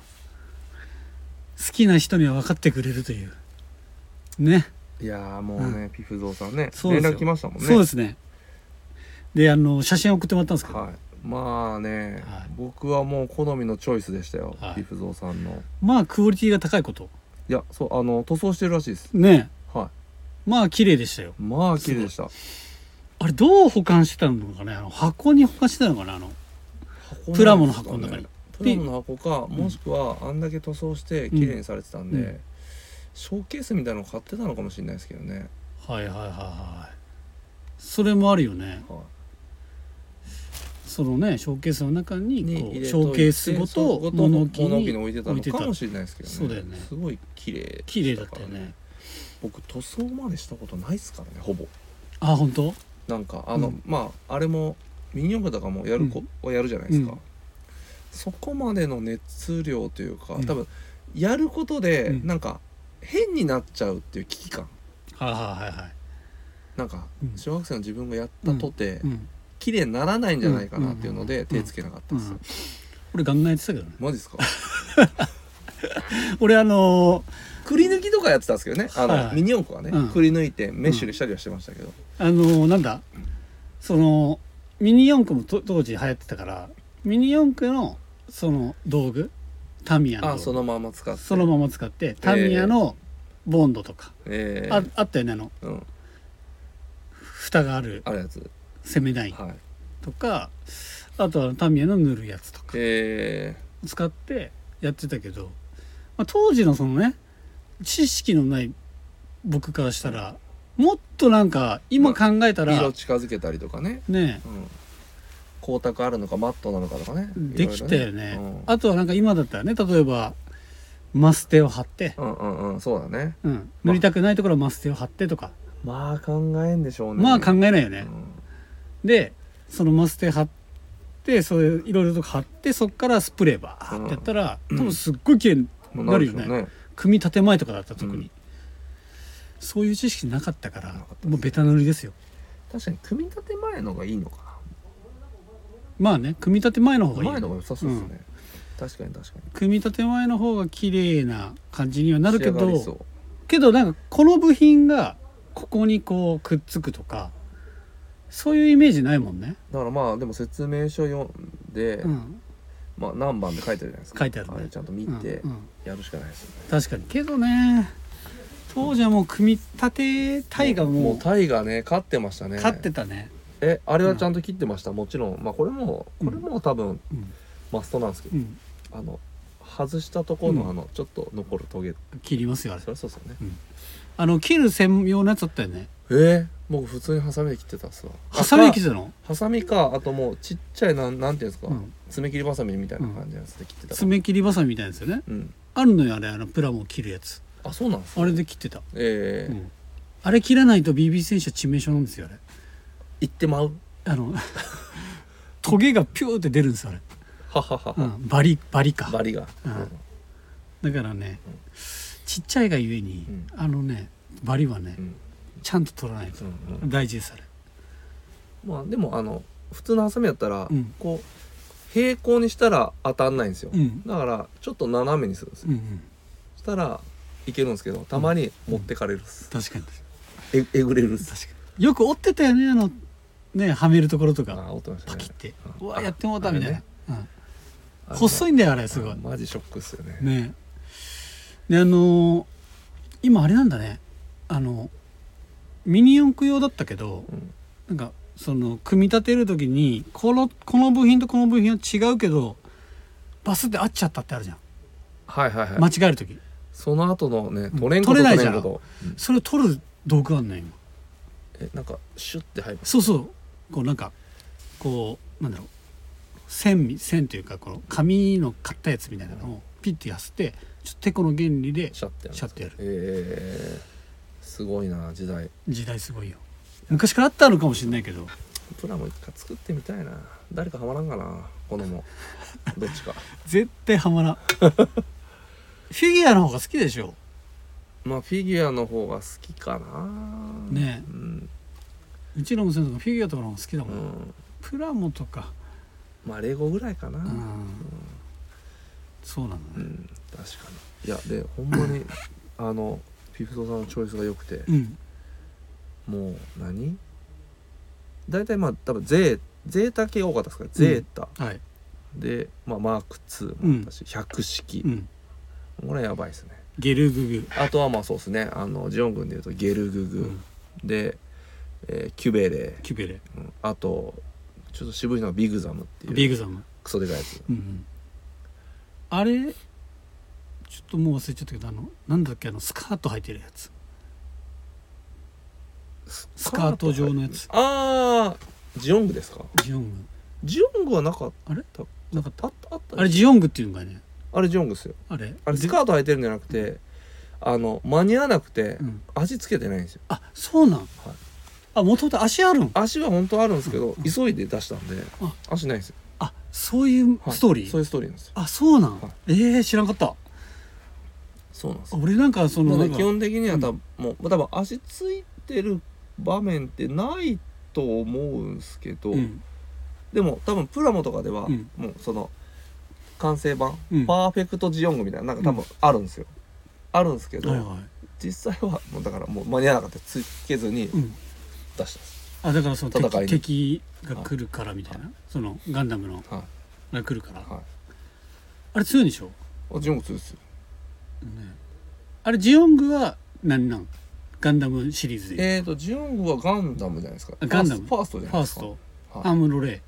Speaker 1: 好きな人には分かってくれるというね
Speaker 2: いやーもうね、ピフゾーさんね
Speaker 1: そう
Speaker 2: 連
Speaker 1: ですよ
Speaker 2: 絡来ましたもんね
Speaker 1: そうですねであの写真送ってもらったんですけど、
Speaker 2: はいまあね、
Speaker 1: はい
Speaker 2: 僕はもう好みのチョイスでしたよ、
Speaker 1: はい
Speaker 2: ピフゾーさんの
Speaker 1: まあクオリティが高いこと
Speaker 2: いやそうあの塗装してるらしいです
Speaker 1: ね
Speaker 2: は
Speaker 1: まあ綺麗でしたよ
Speaker 2: いまあ綺麗でした
Speaker 1: あれどう保管してたのかねあの箱に保管してたのかなあの
Speaker 2: 箱なんですかね
Speaker 1: プラモの箱の中に
Speaker 2: プラモの箱かもしくはあんだけ塗装して綺麗にされてたんで、
Speaker 1: うん
Speaker 2: ショーケースみたいなの買ってたのかもしれないですけどね、
Speaker 1: はいはいはいはいそれもあるよね
Speaker 2: は
Speaker 1: そのねショーケースの中
Speaker 2: い
Speaker 1: に
Speaker 2: に
Speaker 1: こ
Speaker 2: 入
Speaker 1: うシ
Speaker 2: れといて
Speaker 1: ョーケースご
Speaker 2: そう
Speaker 1: と物置
Speaker 2: 物置に置いてた
Speaker 1: 置いて
Speaker 2: の
Speaker 1: た
Speaker 2: かもしれないですけどね
Speaker 1: そうだよね
Speaker 2: すごい綺麗でしたから
Speaker 1: 綺麗だったよね
Speaker 2: 僕塗装までしたことないですからねほぼ
Speaker 1: あ本当
Speaker 2: なんかあの、
Speaker 1: うん
Speaker 2: まああれもミニ四駆とかもやる子はやるじゃないですか、
Speaker 1: うん
Speaker 2: そこまでの熱量というか、
Speaker 1: うん
Speaker 2: 多分やることで
Speaker 1: うん
Speaker 2: なんか変になっちゃうっていう危機感
Speaker 1: はいはいはいはい
Speaker 2: なんか
Speaker 1: うん
Speaker 2: 小学生の自分がやったとて、
Speaker 1: うん
Speaker 2: 綺麗にならないんじゃないかなっていうの
Speaker 1: う
Speaker 2: で
Speaker 1: ん
Speaker 2: 手つけなかった
Speaker 1: う
Speaker 2: です、
Speaker 1: ん俺ガンガンやってたけどね
Speaker 2: マジですか
Speaker 1: 俺あの
Speaker 2: くり抜きとかやってたんですけどねあの、
Speaker 1: はい
Speaker 2: ミニ四駆はね、
Speaker 1: うん
Speaker 2: くり抜いてメッシュにしたりはしてましたけど、
Speaker 1: あのなんだそのミニ四駆もと当時流行ってたからミニ四駆のその道具タミヤの道
Speaker 2: あ
Speaker 1: 具
Speaker 2: そのまま使って
Speaker 1: そのまま使ってタミヤのボンドとか、
Speaker 2: えー
Speaker 1: ああったよねあの
Speaker 2: うん、
Speaker 1: 蓋がある
Speaker 2: あるやつ
Speaker 1: セメダイン
Speaker 2: はい
Speaker 1: とかあとはタミヤの塗るやつとか
Speaker 2: え
Speaker 1: 使ってやってたけど、まあ、当時のそのね知識のない僕からしたらもっとなんか今考えた
Speaker 2: ー、
Speaker 1: ら、
Speaker 2: 色近づけたりとかね
Speaker 1: ね
Speaker 2: うん光沢あるのかマットなのかとかね
Speaker 1: できたよね
Speaker 2: いろいろね
Speaker 1: あとはなんか今だったらね例えばマステを貼って、
Speaker 2: うん、うんうんうんそうだね
Speaker 1: うん、塗りたくないところはマステを貼ってとか、
Speaker 2: まあ考えんでしょうね
Speaker 1: まあ考えないよ
Speaker 2: え
Speaker 1: ね、でそのマステ貼ってそういういろいろと貼ってそっからスプレーバーってやったら、多分すっごい綺麗に
Speaker 2: うん、
Speaker 1: なるよね,、
Speaker 2: でしょうね
Speaker 1: 組み立て前とかだったら特に、
Speaker 2: うん
Speaker 1: そういう知識なかったから
Speaker 2: なかったです
Speaker 1: もうベタ塗りですよ
Speaker 2: 確かに組み立て前のがいいのか
Speaker 1: まあね組み立て前の方が
Speaker 2: な
Speaker 1: いいよ
Speaker 2: 前のが良さそうですね、確かに確かに
Speaker 1: 組み立て前の方が綺麗な感じにはなるけ
Speaker 2: 仕上がり
Speaker 1: ど
Speaker 2: そう
Speaker 1: けどなんかこの部品がここにこうくっつくとかそういうイメージないもんね、
Speaker 2: だからまあでも説明書読んで、
Speaker 1: うん、
Speaker 2: まあ何番で書いてるじゃないですか
Speaker 1: 書いてあるね
Speaker 2: れちゃんと見て
Speaker 1: うんうん
Speaker 2: やるしかないですよね、
Speaker 1: 確かにけどね当時はもう組み立てタイが
Speaker 2: も
Speaker 1: も
Speaker 2: うタイがね勝ってましたね
Speaker 1: う勝ってたね
Speaker 2: えあれはちゃんと切ってました、もちろんまあこれもこれも多分
Speaker 1: うん、
Speaker 2: マストなんですけど、
Speaker 1: うん、
Speaker 2: あの外したところの、
Speaker 1: うん
Speaker 2: あのちょっと残るトゲ
Speaker 1: 切りますよあれ
Speaker 2: それそうですよね
Speaker 1: あの切る専用のやつだったよね
Speaker 2: えー、僕普通にハサミで切ってたっすわ
Speaker 1: ハサミで切
Speaker 2: あ
Speaker 1: ってたの
Speaker 2: かハサミかあともうちっちゃいなんなんていうんですか、
Speaker 1: うん
Speaker 2: 爪切りバサミみたいな感じのやつで切ってたから
Speaker 1: 爪切りバサミみたいなやつよね
Speaker 2: うん、
Speaker 1: あるのよあれあのプラモを切るやつ
Speaker 2: あそうなんです
Speaker 1: あれで切ってた、
Speaker 2: え
Speaker 1: う
Speaker 2: ー
Speaker 1: ん、あれ切らないと BB 戦車致命傷なんですよあれ
Speaker 2: 行ってまう
Speaker 1: あ のトゲがピューって出るんですよあれ
Speaker 2: ははは
Speaker 1: う
Speaker 2: は、
Speaker 1: ん、バリバリか
Speaker 2: バリが、
Speaker 1: うんだからね
Speaker 2: うん
Speaker 1: ちっちゃいがゆえに、
Speaker 2: うん
Speaker 1: あのねバリはね、
Speaker 2: うん
Speaker 1: ちゃんと取らないと
Speaker 2: うんうん
Speaker 1: 大事ですあれ
Speaker 2: まあでもあの普通のハサミやったら、
Speaker 1: うん
Speaker 2: こう平行にしたら当たんないんですよ、
Speaker 1: うん
Speaker 2: だからちょっと斜めにするんですよ、
Speaker 1: うんうん
Speaker 2: したらいけるんですけどたまに持ってかれるっす、
Speaker 1: 確かに
Speaker 2: ええぐれるっす
Speaker 1: 確かによく折ってたよねあのねはめるところと
Speaker 2: あ
Speaker 1: か
Speaker 2: ー折ってました
Speaker 1: パ
Speaker 2: ね
Speaker 1: キって
Speaker 2: う
Speaker 1: うんわやってもうたみたいな、
Speaker 2: あ
Speaker 1: うん、
Speaker 2: の
Speaker 1: 細いんだよあれすご
Speaker 2: あ
Speaker 1: い
Speaker 2: マジショックっすよね
Speaker 1: ねであのー今あれなんだねあのミニ四駆用だったけど、
Speaker 2: う
Speaker 1: なん
Speaker 2: ん
Speaker 1: かその組み立てる時にこのこの部品とこの部品は違うけどバスって合っちゃったってあるじゃん、
Speaker 2: はいはいはい、
Speaker 1: 間違える時
Speaker 2: その後のね
Speaker 1: うん
Speaker 2: 取れんこと
Speaker 1: 取れない
Speaker 2: 取
Speaker 1: じ
Speaker 2: れ
Speaker 1: ゃ
Speaker 2: ん
Speaker 1: ん
Speaker 2: こと
Speaker 1: それを取る道具あんねん今
Speaker 2: えなんかシュッて入る
Speaker 1: そうそうこうなんかこうなんだろう線み線というかこの紙の買ったやつみたいなのをピッてやせてちょっとてこの原理で
Speaker 2: シャッてやる
Speaker 1: シャッてやる
Speaker 2: えー、すごいな時代
Speaker 1: 時代すごいよ昔からあったのかもしれないけど
Speaker 2: プラも一回作ってみたいな誰かハマらんかなこのもどっちか
Speaker 1: 絶対ハマらん フィギュアの方が好きでしょ
Speaker 2: まあフィギュアの方が好きかな
Speaker 1: ねえ
Speaker 2: うん、
Speaker 1: うちの娘とかフィギュアとかの方が好きだ
Speaker 2: う
Speaker 1: もん、
Speaker 2: ん、
Speaker 1: プラモとか
Speaker 2: まあレゴぐらいかな
Speaker 1: う、
Speaker 2: うんん、
Speaker 1: そうなのね
Speaker 2: 確かにいやでほんま にあのフィフトさんのチョイスが良くて
Speaker 1: うん
Speaker 2: もう何大体まあ多分ゼーゼータ系が多かったですからゼータ、
Speaker 1: はい
Speaker 2: で、まあ、マーク2もあったし、百式
Speaker 1: う、ん
Speaker 2: これはやばいですね
Speaker 1: ゲルググ
Speaker 2: あとはまあそうですねあのジオン軍でいうとゲルググ、
Speaker 1: うん
Speaker 2: で、えーキュベレ、
Speaker 1: キュベレ
Speaker 2: うんあとちょっと渋いのがビグザムっていう
Speaker 1: ビーグザム
Speaker 2: クソでかいやつ
Speaker 1: うんうんあれちょっともう忘れちゃったけどあのなんだっけあのスカート履いてるやつスカート状のやつ
Speaker 2: ああジオングですか
Speaker 1: ジオング
Speaker 2: ジオングはなかっ
Speaker 1: なかった
Speaker 2: たあったあった
Speaker 1: あれジオングっていうのがね
Speaker 2: あれジオングですよ
Speaker 1: あれ
Speaker 2: あれスカート履いてるんじゃなくてあの間に合わなくて、
Speaker 1: うん
Speaker 2: 足つけてないんですよ
Speaker 1: あそうなん、あもともと足あるん
Speaker 2: 足は本当はあるんですけど、急いで出したんで
Speaker 1: あ
Speaker 2: 足ないんですよ、
Speaker 1: あそういう
Speaker 2: はい
Speaker 1: ストーリー、
Speaker 2: そういうストーリーなんですよ
Speaker 1: あそうなん、
Speaker 2: はい
Speaker 1: ええー、知らんかった
Speaker 2: そうなんですよ
Speaker 1: 俺なんかその
Speaker 2: な
Speaker 1: な
Speaker 2: の
Speaker 1: ん
Speaker 2: で
Speaker 1: か
Speaker 2: 基本的には多分、もう多分足ついてる場面ってないと思うんですけど、
Speaker 1: うん
Speaker 2: でも多分プラモとかでは、
Speaker 1: うん
Speaker 2: もうその完成版、
Speaker 1: うん
Speaker 2: パーフェクトジオングみたいななんか多分あるんですよ、あるんですけど、
Speaker 1: はいは
Speaker 2: 実際はもうだからもう間に合わなかったつけずに
Speaker 1: い、うん、
Speaker 2: 出したんです、
Speaker 1: あだからその
Speaker 2: 戦い
Speaker 1: 敵
Speaker 2: に
Speaker 1: 敵が来るからみたいな、そのガンダムの
Speaker 2: はい
Speaker 1: が来るから、
Speaker 2: はい
Speaker 1: あれ強いんでしょ、
Speaker 2: あジオング2ですよ
Speaker 1: ねあれジオングは何なんガンダムシリーズで
Speaker 2: えーとジオングはガンダムじゃないですか
Speaker 1: あガンダム
Speaker 2: ファーストファーストじ
Speaker 1: フ
Speaker 2: ゃ
Speaker 1: ァースト、ア
Speaker 2: ないですかはい
Speaker 1: ームロレイ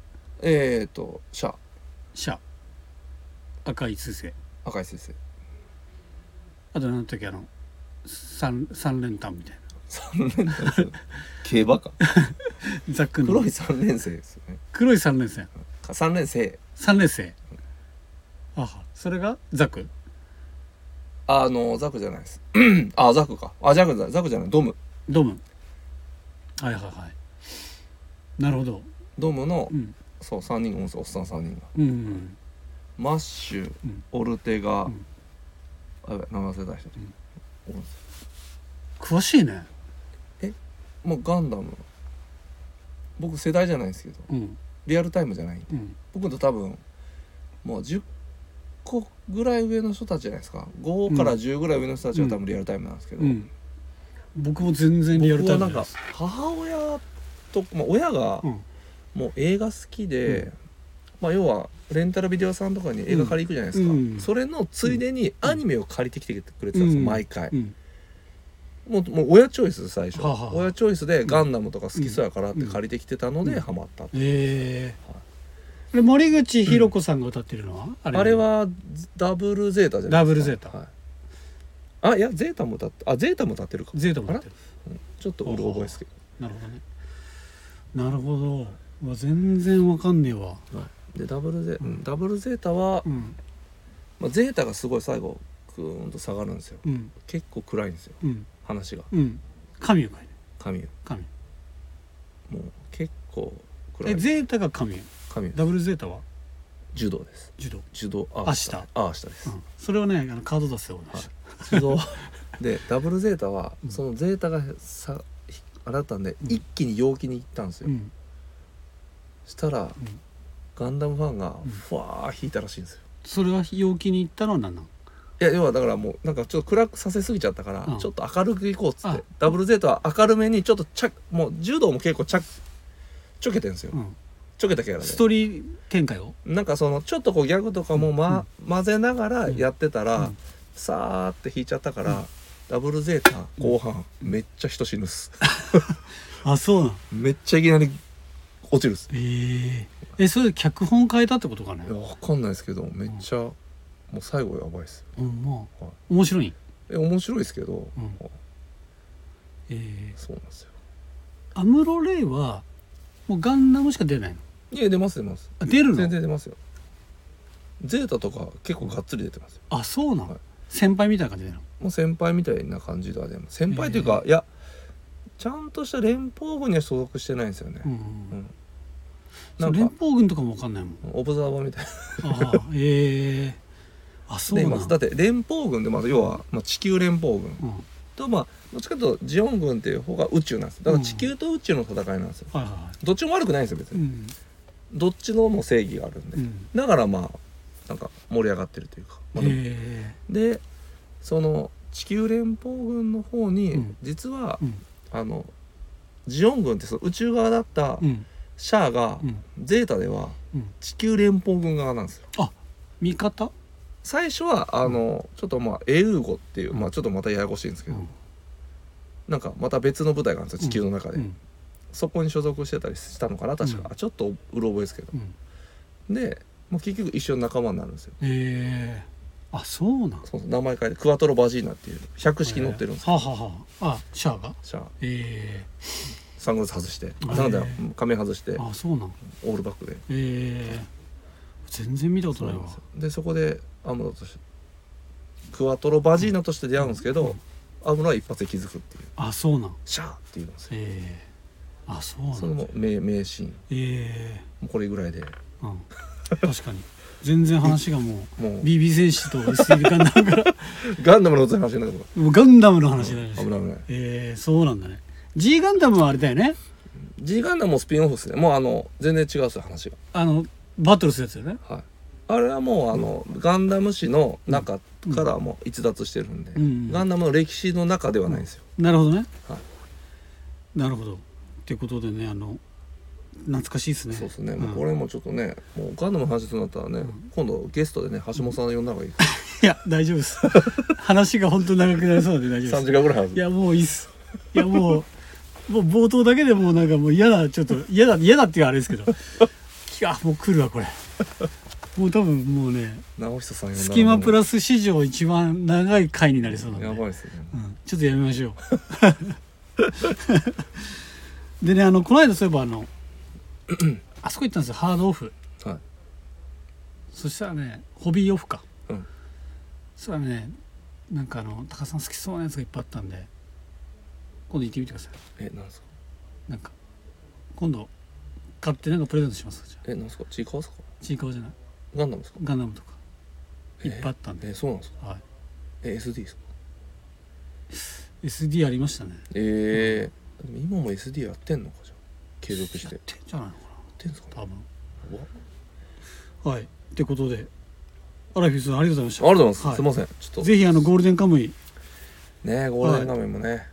Speaker 2: えーとシャ
Speaker 1: シャ赤い彗星
Speaker 2: 赤井先生
Speaker 1: あと何だっけあの三三連単みたい
Speaker 2: 三連戦ですよ 競馬か
Speaker 1: なざっくん
Speaker 2: 黒い三連星ですよね
Speaker 1: 黒い三連戦
Speaker 2: か三連星
Speaker 1: 三連星あはそれがザク
Speaker 2: あのザクじゃないです あザクかあザクじゃないザクじゃないドム
Speaker 1: ドムはいはいはいなるほど
Speaker 2: ドムの、
Speaker 1: うん
Speaker 2: そう3人がおるんですよおっさん3人が
Speaker 1: うんうん
Speaker 2: マッシュ、
Speaker 1: うん
Speaker 2: オルテガ、
Speaker 1: うん
Speaker 2: あやばい名前忘れた人、
Speaker 1: ん
Speaker 2: おるんですよ
Speaker 1: 詳しいね
Speaker 2: もうガンダム僕世代じゃないんですけど
Speaker 1: うん
Speaker 2: リアルタイムじゃないんで
Speaker 1: うん
Speaker 2: 僕と多分もう10個ぐらい上の人たちじゃないですか5から10ぐらい上の人たちが多分リアルタイムなんですけど、
Speaker 1: うん僕も全然リアル
Speaker 2: 僕
Speaker 1: タイ
Speaker 2: は
Speaker 1: ム
Speaker 2: な
Speaker 1: なんいで
Speaker 2: か
Speaker 1: す
Speaker 2: 母親と、まあ、親が、
Speaker 1: うん
Speaker 2: もう映画好きで、
Speaker 1: うん
Speaker 2: まあ要はレンタルビデオ屋さんとかに映画借り行くじゃないですか、
Speaker 1: うん
Speaker 2: それのついでにアニメを借りてきてくれてたんですよ、
Speaker 1: うん
Speaker 2: 毎回
Speaker 1: う、ん
Speaker 2: もうもう親チョイス最初、
Speaker 1: はあはあ
Speaker 2: 親チョイスでガンダムとか好きそうやからって
Speaker 1: うん
Speaker 2: 借りてきてたので
Speaker 1: うん
Speaker 2: ハマったって、
Speaker 1: え
Speaker 2: は
Speaker 1: え森口博子さんが歌ってるのは、
Speaker 2: あれはダブルゼータじゃな
Speaker 1: ダ
Speaker 2: いですか
Speaker 1: ブルゼータ
Speaker 2: はい、あいやゼータも歌ってあゼータも歌ってるか
Speaker 1: ゼータも歌ってる
Speaker 2: ちょっとうる覚えですけど
Speaker 1: なるほどねなるほどうわ全然わかんねえわ
Speaker 2: でダブルゼ、
Speaker 1: うん
Speaker 2: ダブルゼータは、
Speaker 1: うん
Speaker 2: まあ、ゼータがすごい最後グーンと下がるんですよ
Speaker 1: うん
Speaker 2: 結構暗いんですよ
Speaker 1: うん
Speaker 2: 話が
Speaker 1: うん神を書いて
Speaker 2: 神よ
Speaker 1: 神
Speaker 2: もう結構暗
Speaker 1: え
Speaker 2: い
Speaker 1: ゼータが神
Speaker 2: 神よ
Speaker 1: ダブルゼータは
Speaker 2: 柔道です
Speaker 1: 柔道
Speaker 2: 柔道ア
Speaker 1: 明
Speaker 2: ーシ
Speaker 1: 日
Speaker 2: タアーシタで
Speaker 1: う
Speaker 2: す、
Speaker 1: んそれをねあのカード出すよう
Speaker 2: はい柔道 でダブルゼータは、
Speaker 1: うん
Speaker 2: そのゼータがさひあれだったんで、
Speaker 1: うん
Speaker 2: 一気に陽気に行ったんですよ、
Speaker 1: うん
Speaker 2: したら、
Speaker 1: ん
Speaker 2: ガンダムファンが
Speaker 1: うん
Speaker 2: ふわー引いたらしいんですよ
Speaker 1: それは陽気に行ったのは何なん
Speaker 2: いや要はだからもうなんかちょっと暗くさせすぎちゃったから、
Speaker 1: うん
Speaker 2: ちょっと明るくいこうっつっ
Speaker 1: あ
Speaker 2: てダブルゼータは明るめにちょっとちゃもう柔道も結構ちゃちょけてるんですよ、
Speaker 1: うん
Speaker 2: ちょけたキャラで
Speaker 1: ストーリー展開を
Speaker 2: なんかそのちょっとこうギャグとかも、ま混ぜながらやってたら、
Speaker 1: うん
Speaker 2: さーって引いちゃったから、
Speaker 1: うん
Speaker 2: ダブルゼータ後半、めっちゃ人死ぬっ す
Speaker 1: あそうなん
Speaker 2: めっちゃいきなり落ちるっす
Speaker 1: えーえそれで脚本変えたってことかね
Speaker 2: いやわかんないですけどめっちゃ、もう最後やばいっす
Speaker 1: うんまあ
Speaker 2: はい
Speaker 1: 面白い
Speaker 2: え面白いですけど、
Speaker 1: うん
Speaker 2: はい
Speaker 1: え
Speaker 2: そうなんですよ
Speaker 1: ーアムロレイはもうガンダムしか出ないの
Speaker 2: いや出ます出ます
Speaker 1: あ出る
Speaker 2: 全
Speaker 1: の
Speaker 2: 然出ますよゼータとか結構がっつり出てますよ
Speaker 1: あそうな
Speaker 2: は
Speaker 1: の
Speaker 2: い
Speaker 1: 先輩みたいな感じなの
Speaker 2: もう先輩みたいな感じでは出ます先輩というか、いやちゃんとした連邦軍には所属してないんですよね
Speaker 1: う、ん
Speaker 2: うん
Speaker 1: そ
Speaker 2: な
Speaker 1: うん連
Speaker 2: か
Speaker 1: 邦軍とかもわかんないもん
Speaker 2: オブザーバーみたい
Speaker 1: ああええあそう
Speaker 2: な
Speaker 1: な
Speaker 2: で
Speaker 1: ん
Speaker 2: まあだって連邦軍でまあ要はまあ地球連邦軍
Speaker 1: うんはい
Speaker 2: とまあどっちかというとジオン軍っていう方が宇宙なんですだから地球と宇宙の戦いなんですよ、
Speaker 1: はいは
Speaker 2: どっちも悪くないんですよ別
Speaker 1: い、う
Speaker 2: に、
Speaker 1: ん
Speaker 2: どっちのも正義があるんで、
Speaker 1: うん、
Speaker 2: だからまあなんか盛り上がってるというか、まあでも
Speaker 1: え
Speaker 2: でその地球連邦軍の方に、
Speaker 1: うん
Speaker 2: 実は
Speaker 1: え、うん
Speaker 2: あのジオン軍ってその宇宙側だった
Speaker 1: うん
Speaker 2: シャアが、
Speaker 1: うん
Speaker 2: ゼータでは
Speaker 1: うん
Speaker 2: 地球連邦軍側なんですよ
Speaker 1: 味方、
Speaker 2: 最初はあのちょっとまあエウーゴっていう、
Speaker 1: うん
Speaker 2: まあ、ちょっとまたややこしいんですけ
Speaker 1: う
Speaker 2: ど、
Speaker 1: ん
Speaker 2: なんかまた別の部隊があるんですよ地球の中で、
Speaker 1: うん
Speaker 2: そこに所属してたりしたのかな確か、
Speaker 1: うん
Speaker 2: ちょっとうろ覚えですけど
Speaker 1: うん、
Speaker 2: で、まあ、結局一緒の仲間になるんですよ
Speaker 1: ええあそうなん
Speaker 2: そうそう名前変えてクワトロ・バジーナっていう百式乗ってるんですよ、
Speaker 1: はあはあはああシャアが
Speaker 2: シャア
Speaker 1: え
Speaker 2: サングラス外して、
Speaker 1: ー
Speaker 2: サングラス仮面外して
Speaker 1: えあそうなん
Speaker 2: オールバックで
Speaker 1: ええ全然見たこと
Speaker 2: そう
Speaker 1: ない
Speaker 2: なん
Speaker 1: わ
Speaker 2: ですよでそこでアムロとしてクワトロ・バジーナとして出会うんですけど、アムロは一発で気づくっていう
Speaker 1: あそうなん
Speaker 2: シャーって言うんですよ
Speaker 1: ええあそうなん
Speaker 2: それも名名シーンも
Speaker 1: ええ
Speaker 2: うこれぐらいで
Speaker 1: うん、確かに全然話がもう
Speaker 2: もう
Speaker 1: BB 戦士と SL ガンダムから
Speaker 2: ガンダムのことの話になるか
Speaker 1: もうガンダムの話になる
Speaker 2: ら
Speaker 1: んで
Speaker 2: 危
Speaker 1: す
Speaker 2: な
Speaker 1: よ
Speaker 2: い危ない
Speaker 1: ええそうなんだね G ガンダムはあれだよね
Speaker 2: G ガンダムもスピンオフですねもうあの全然違うんですよ話が
Speaker 1: あのバトルするやつだよね
Speaker 2: はいあれはもうあの、ガンダム史の中からもう逸脱してるんで、
Speaker 1: うん
Speaker 2: ガンダムの歴史の中ではないんですよ、
Speaker 1: なるほどね、
Speaker 2: は
Speaker 1: なるほどってことでねあの懐かしいですね
Speaker 2: そうですね、もうこれもちょっとねもうガンダムの話となったらね、今度ゲストでね橋本さん呼んだ方がいい、
Speaker 1: いや大丈夫です話が本当長くなりそうなんで大丈
Speaker 2: 3
Speaker 1: 夫
Speaker 2: 時
Speaker 1: で
Speaker 2: 間ぐらい話
Speaker 1: すいやもういいっすいやもうもう冒頭だけでもうなんかもう嫌だちょっと嫌だ嫌だっていうかあれですけどいやもう来るわこれもう多分もうね
Speaker 2: 直久さん呼
Speaker 1: 「
Speaker 2: んだ
Speaker 1: スキマプラ
Speaker 2: ス
Speaker 1: ス」史上一番長い回になりそうなんで
Speaker 2: やばいですね、
Speaker 1: うん ちょっとやめましょうでねあのこの間そういえばあのあそこ行ったんですよハードオフ
Speaker 2: はい
Speaker 1: そしたらねホビーオフか、
Speaker 2: うん
Speaker 1: そしたらねなんかあの高さん好きそうなやつがいっぱいあったんで今度行ってみてください
Speaker 2: えなんですか
Speaker 1: なんか今度買ってなんかプレゼントしますじゃあ
Speaker 2: えなんですかちいかわですか
Speaker 1: ちいかわじゃない
Speaker 2: ガンダムですか
Speaker 1: ガンダムとか
Speaker 2: え
Speaker 1: いっぱいあったんで、
Speaker 2: えそうなんですか
Speaker 1: は
Speaker 2: え SD ですか
Speaker 1: い、SD ありましたね
Speaker 2: ええでも今も SD やってんのかじゃあ継続して
Speaker 1: や
Speaker 2: や
Speaker 1: っ
Speaker 2: って
Speaker 1: んじゃないのか
Speaker 2: てんですか
Speaker 1: な
Speaker 2: ね
Speaker 1: 多分
Speaker 2: うわ
Speaker 1: はいってことでアラフィフさんありがとうございまし
Speaker 2: あ
Speaker 1: た
Speaker 2: りがとうございます、
Speaker 1: はい
Speaker 2: すいませんちょっと
Speaker 1: ぜひあのゴールデンカムイ
Speaker 2: ねゴールデン画面もね、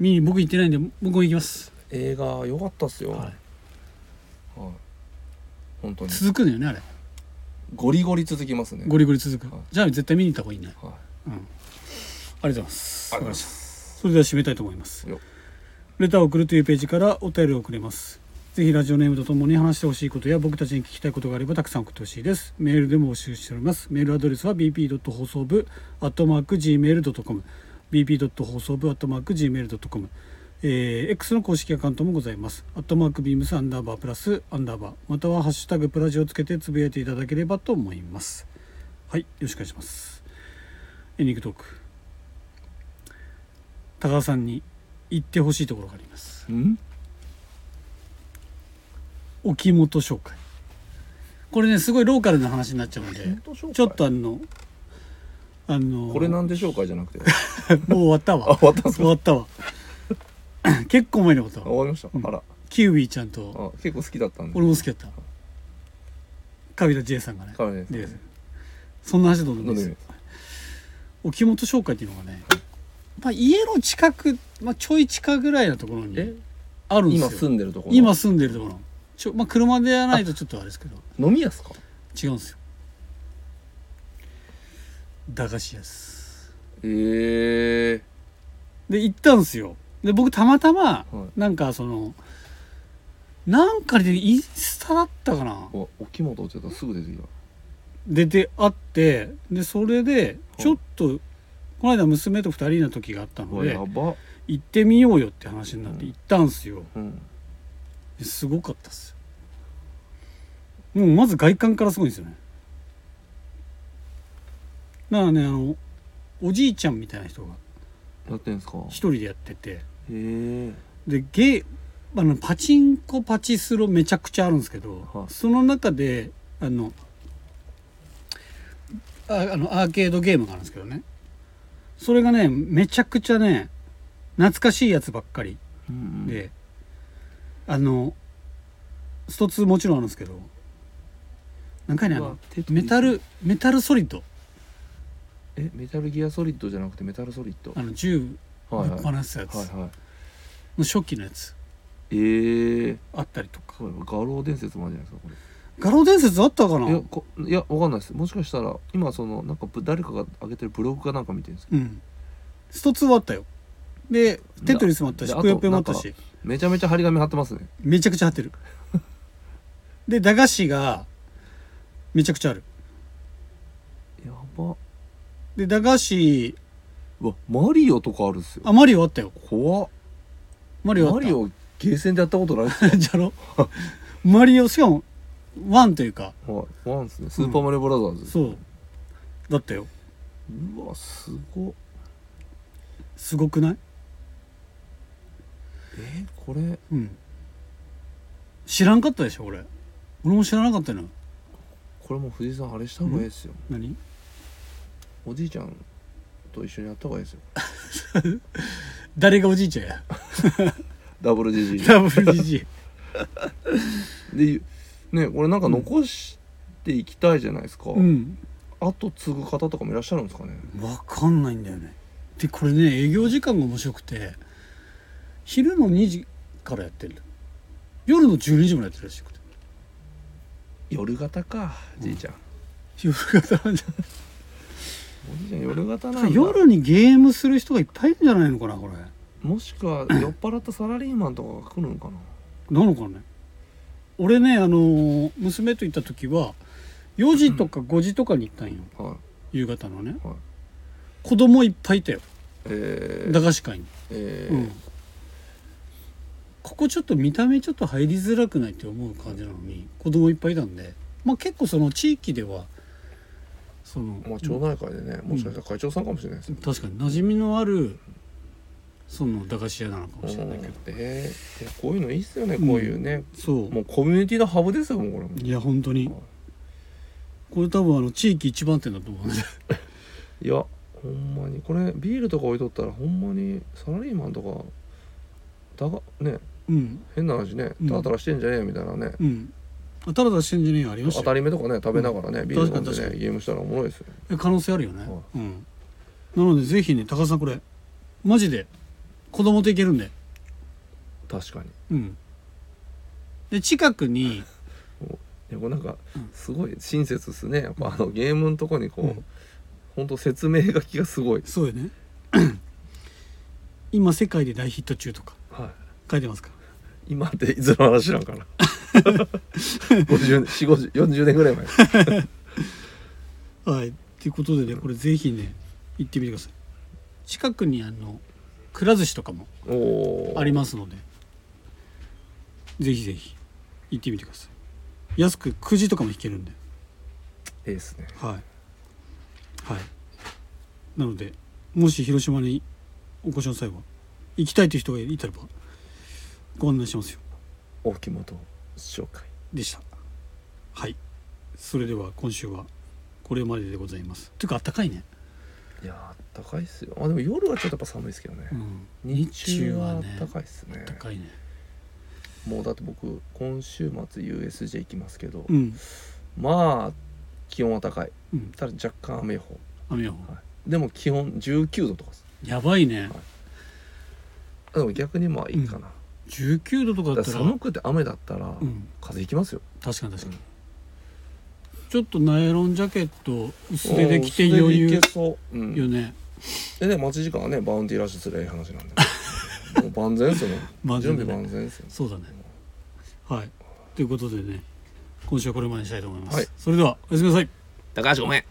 Speaker 1: 見に僕行ってないんで僕も行きます、
Speaker 2: 映画良かったっすよ、はい
Speaker 1: は
Speaker 2: 本当
Speaker 1: い、
Speaker 2: に
Speaker 1: 続くのよねあれ
Speaker 2: ゴリゴリ続きますね
Speaker 1: ゴリゴリ続く、
Speaker 2: はい
Speaker 1: じゃあ絶対見に行った方がいいね
Speaker 2: は
Speaker 1: あ
Speaker 2: い、
Speaker 1: りがとうございます
Speaker 2: ありがとうございま
Speaker 1: それでは締めたいと思います
Speaker 2: よ
Speaker 1: レターを送るというページからお便りを送れますぜひラジオネームとともに話してほしいことや僕たちに聞きたいことがあればたくさん送ってほしいですメールでも募集しておりますメールアドレスは bp. 放送部 gmail.com bp. 放送部 gmail.com えー X の公式アカウントもございます。アットマークビームスアンダーバープラスアンダーバーまたはハッシュタグプラジをつけてつぶやいていただければと思います。はい、よろしくお願いします。エンディングトーク高田さんに言ってほしいところがあります
Speaker 2: ん
Speaker 1: 沖本紹介これねすごいローカルな話になっちゃうんでち
Speaker 2: ち
Speaker 1: ょっとあのあの
Speaker 2: これ
Speaker 1: も
Speaker 2: なんでしょうかじゃな くて
Speaker 1: う終わった
Speaker 2: あ
Speaker 1: わ
Speaker 2: 終わったんす
Speaker 1: 終
Speaker 2: か
Speaker 1: わったわ 結構前のこ
Speaker 2: あ終
Speaker 1: と
Speaker 2: わりました、
Speaker 1: ん
Speaker 2: あら
Speaker 1: キウイちゃんと
Speaker 2: あ結構好きだったんで
Speaker 1: 俺も好きだったカビラ J さんがね
Speaker 2: カメラ
Speaker 1: で
Speaker 2: ですね
Speaker 1: そんな話どうでもい
Speaker 2: 飲ん
Speaker 1: いで
Speaker 2: ですみ
Speaker 1: よ
Speaker 2: ます
Speaker 1: 沖本紹介っていうのがね、まあ、家の近く、まあ、ちょい近ぐらいのところ
Speaker 2: え
Speaker 1: にあるんですよ
Speaker 2: 今住んでるところ
Speaker 1: 今住んでるところちょ、まあ、車でやらないとちょっとあれですけど
Speaker 2: 飲み屋っすか
Speaker 1: 違うんですよ駄菓子屋です
Speaker 2: ええ
Speaker 1: で行ったんですよで僕たまたま
Speaker 2: は
Speaker 1: なんかそのなんかでインスタだったかな
Speaker 2: うわ沖本落ちたすぐ出てきた
Speaker 1: 出てあってでそれでちょっとこの間娘と2人の時があった
Speaker 2: う
Speaker 1: の
Speaker 2: わ
Speaker 1: で
Speaker 2: やば
Speaker 1: 行ってみようよって話になって
Speaker 2: うん
Speaker 1: 行ったんすよ
Speaker 2: うん
Speaker 1: ですごかったっすよもうまず外観からすごいんですよねだからねあのおじいちゃんみたいな人が
Speaker 2: やってんすか
Speaker 1: 一人でやってて
Speaker 2: え
Speaker 1: でゲーあのパチンコパチスロめちゃくちゃあるんですけど、
Speaker 2: はい
Speaker 1: その中であのああのアーケードゲームがあるんですけどねそれがねめちゃくちゃね懐かしいやつばっかり
Speaker 2: うん
Speaker 1: で、あのスト2もちろんあるんですけど何回ねあ
Speaker 2: うわ
Speaker 1: の
Speaker 2: テトリ
Speaker 1: メ
Speaker 2: ス
Speaker 1: タルメタルソリッド
Speaker 2: えメタルギアソリッドじゃなくてメタルソリッド
Speaker 1: あの銃ぶ
Speaker 2: はい
Speaker 1: っ
Speaker 2: はい
Speaker 1: 放すやつ
Speaker 2: はいはい
Speaker 1: の初期のやつ
Speaker 2: ええ
Speaker 1: あったりとか
Speaker 2: そうや画廊伝説もあるじゃないですかこれ
Speaker 1: 画廊伝説あったかない
Speaker 2: やこいやわかんないですもしかしたら今そのなんかぶ誰かが上げてるブログかなんか見てるんですけ
Speaker 1: うん。スト2はあったよ。で、テトリスもあったし、
Speaker 2: であと
Speaker 1: クヨペもあったし、
Speaker 2: どめちゃめちゃ張り紙貼ってますね
Speaker 1: めちゃくちゃ貼って る。で、駄菓子が、めちゃくちゃある。
Speaker 2: やば
Speaker 1: で、駄菓子、
Speaker 2: うわマリオとかあるんですよ
Speaker 1: あ、マリオあったよ。
Speaker 2: 怖っ
Speaker 1: マリオあった。
Speaker 2: マリオゲーセンでやったことないっす
Speaker 1: じゃろマリオ、しかも、ワンというか、
Speaker 2: はいワンですねスーパーマリオブラザーズ、
Speaker 1: そう、だったよ。
Speaker 2: うわすごっ
Speaker 1: すごくない
Speaker 2: えーこれ
Speaker 1: うん。知らんかったでしょ、俺。俺も知らなかったのよ。
Speaker 2: これもう藤井さんあれした方がいいですよ、
Speaker 1: 何
Speaker 2: おじいちゃんと一緒にやった方がいいですよ
Speaker 1: 誰がおじいちゃんや。
Speaker 2: ダブル GG
Speaker 1: WGG。
Speaker 2: でねこれなんか残していきたいじゃないです か、
Speaker 1: うん。
Speaker 2: 後継ぐ方とかもいらっしゃるんですかね
Speaker 1: わかんないんだよねでこれね営業時間が面白くて昼の2時からやってるんだ夜の12時もやってるらしくて
Speaker 2: 夜型かじいちゃん、
Speaker 1: 夜型なんじゃ
Speaker 2: おじいちゃん夜型な
Speaker 1: ない
Speaker 2: んだ
Speaker 1: 夜にゲームする人がいっぱいいるんじゃないのかなこれな
Speaker 2: もしくは酔っ払ったサラリーマンとかが来るのかな
Speaker 1: のかね俺ねあのー娘と行った時は4時とか5時とかに行ったんよ
Speaker 2: はい
Speaker 1: 夕方のね、
Speaker 2: はい
Speaker 1: 子供いっぱいいたよ
Speaker 2: えー、
Speaker 1: 駄菓子会に、
Speaker 2: え
Speaker 1: うん
Speaker 2: ー、
Speaker 1: ここちょっと見た目ちょっと入りづらくないって思う感じなのに子供いっぱいいたんで、まあ、結構その地域ではその、
Speaker 2: まあ町内会でね、もしかしたら会長さんかもしれないですよ、
Speaker 1: 確かに馴染みのあるその駄菓子屋なのかもしれないけど、
Speaker 2: えー、いやこういうのいいっすよね、
Speaker 1: うん
Speaker 2: こういうね
Speaker 1: そう
Speaker 2: もうコミュニティのハブですよもうこれも
Speaker 1: いや本当にこれ多分あの地域一番店だと思うんで
Speaker 2: いやほんまにこれビールとか置いとったらほんまにサラリーマンとかだがね
Speaker 1: うん
Speaker 2: 変な話ね
Speaker 1: うん
Speaker 2: タラタラしてんじゃねえよみたいなね、
Speaker 1: うんあただただ新人にありまし
Speaker 2: 当
Speaker 1: た
Speaker 2: た
Speaker 1: よ
Speaker 2: り目とかね食べながらね、
Speaker 1: ん
Speaker 2: ビール飲ん
Speaker 1: 確かに確
Speaker 2: で
Speaker 1: か
Speaker 2: ねゲームしたらおもろいですよ
Speaker 1: 可能性あるよね、
Speaker 2: は
Speaker 1: うんなのでぜひね高田さんこれマジで子供といけるんで
Speaker 2: 確かに
Speaker 1: うんで近く に
Speaker 2: でもなんか
Speaker 1: うん
Speaker 2: すごい親切ですねやっぱあのゲームのとこにこう、
Speaker 1: うん
Speaker 2: ほんと説明書きがすごい、
Speaker 1: そうよね 今世界で大ヒット中とか
Speaker 2: はい、
Speaker 1: 書いてますか
Speaker 2: 今っていつの話なんか な50年4 5 0 40年ぐら い前
Speaker 1: らはいということでねこれぜひね行ってみてください近くにあのくら寿司とかも
Speaker 2: おお
Speaker 1: ありますのでぜひぜひ行ってみてください安くくじとかも引けるんで
Speaker 2: ええですね
Speaker 1: はいはいなのでもし広島にお越しの際は行きたいという人がいたらばご案内しますよ
Speaker 2: 大木本紹介
Speaker 1: でしたはいそれでは今週はこれまででございますていうかあったかいね、
Speaker 2: いやーあったかいっすよあでも夜はちょっとやっぱ寒いですけどね、
Speaker 1: うん、
Speaker 2: 日中はあっ
Speaker 1: 日
Speaker 2: たかいっすね
Speaker 1: あったかいね
Speaker 2: もうだって僕今週末 USJ 行きますけど、
Speaker 1: うん、
Speaker 2: まあ気温は高い
Speaker 1: うん、
Speaker 2: ただ若干雨予報、
Speaker 1: 雨予報
Speaker 2: はい、でも気温19度とかです
Speaker 1: やばいね
Speaker 2: でも逆にまあいいかな、
Speaker 1: 19度とかだ
Speaker 2: だ
Speaker 1: っ
Speaker 2: か
Speaker 1: た
Speaker 2: ら
Speaker 1: ら
Speaker 2: 寒くて雨だったら風
Speaker 1: うん、
Speaker 2: 邪ひきますよ、
Speaker 1: 確かに確かに、
Speaker 2: うん
Speaker 1: ちょっとナイロンジャケット薄手で着て余
Speaker 2: おー
Speaker 1: 裕
Speaker 2: 薄手でいけそう、うん、
Speaker 1: よね
Speaker 2: でね待ち時間はねバウンティーラッシュすればいい話 なんでもう万全ですよね
Speaker 1: 万全
Speaker 2: 準
Speaker 1: だね
Speaker 2: 備万全ですよ
Speaker 1: そうだねはいということでね今週はこれまでにしたいと思います、
Speaker 2: はい
Speaker 1: それではおやすみなさい
Speaker 2: 高橋ごめん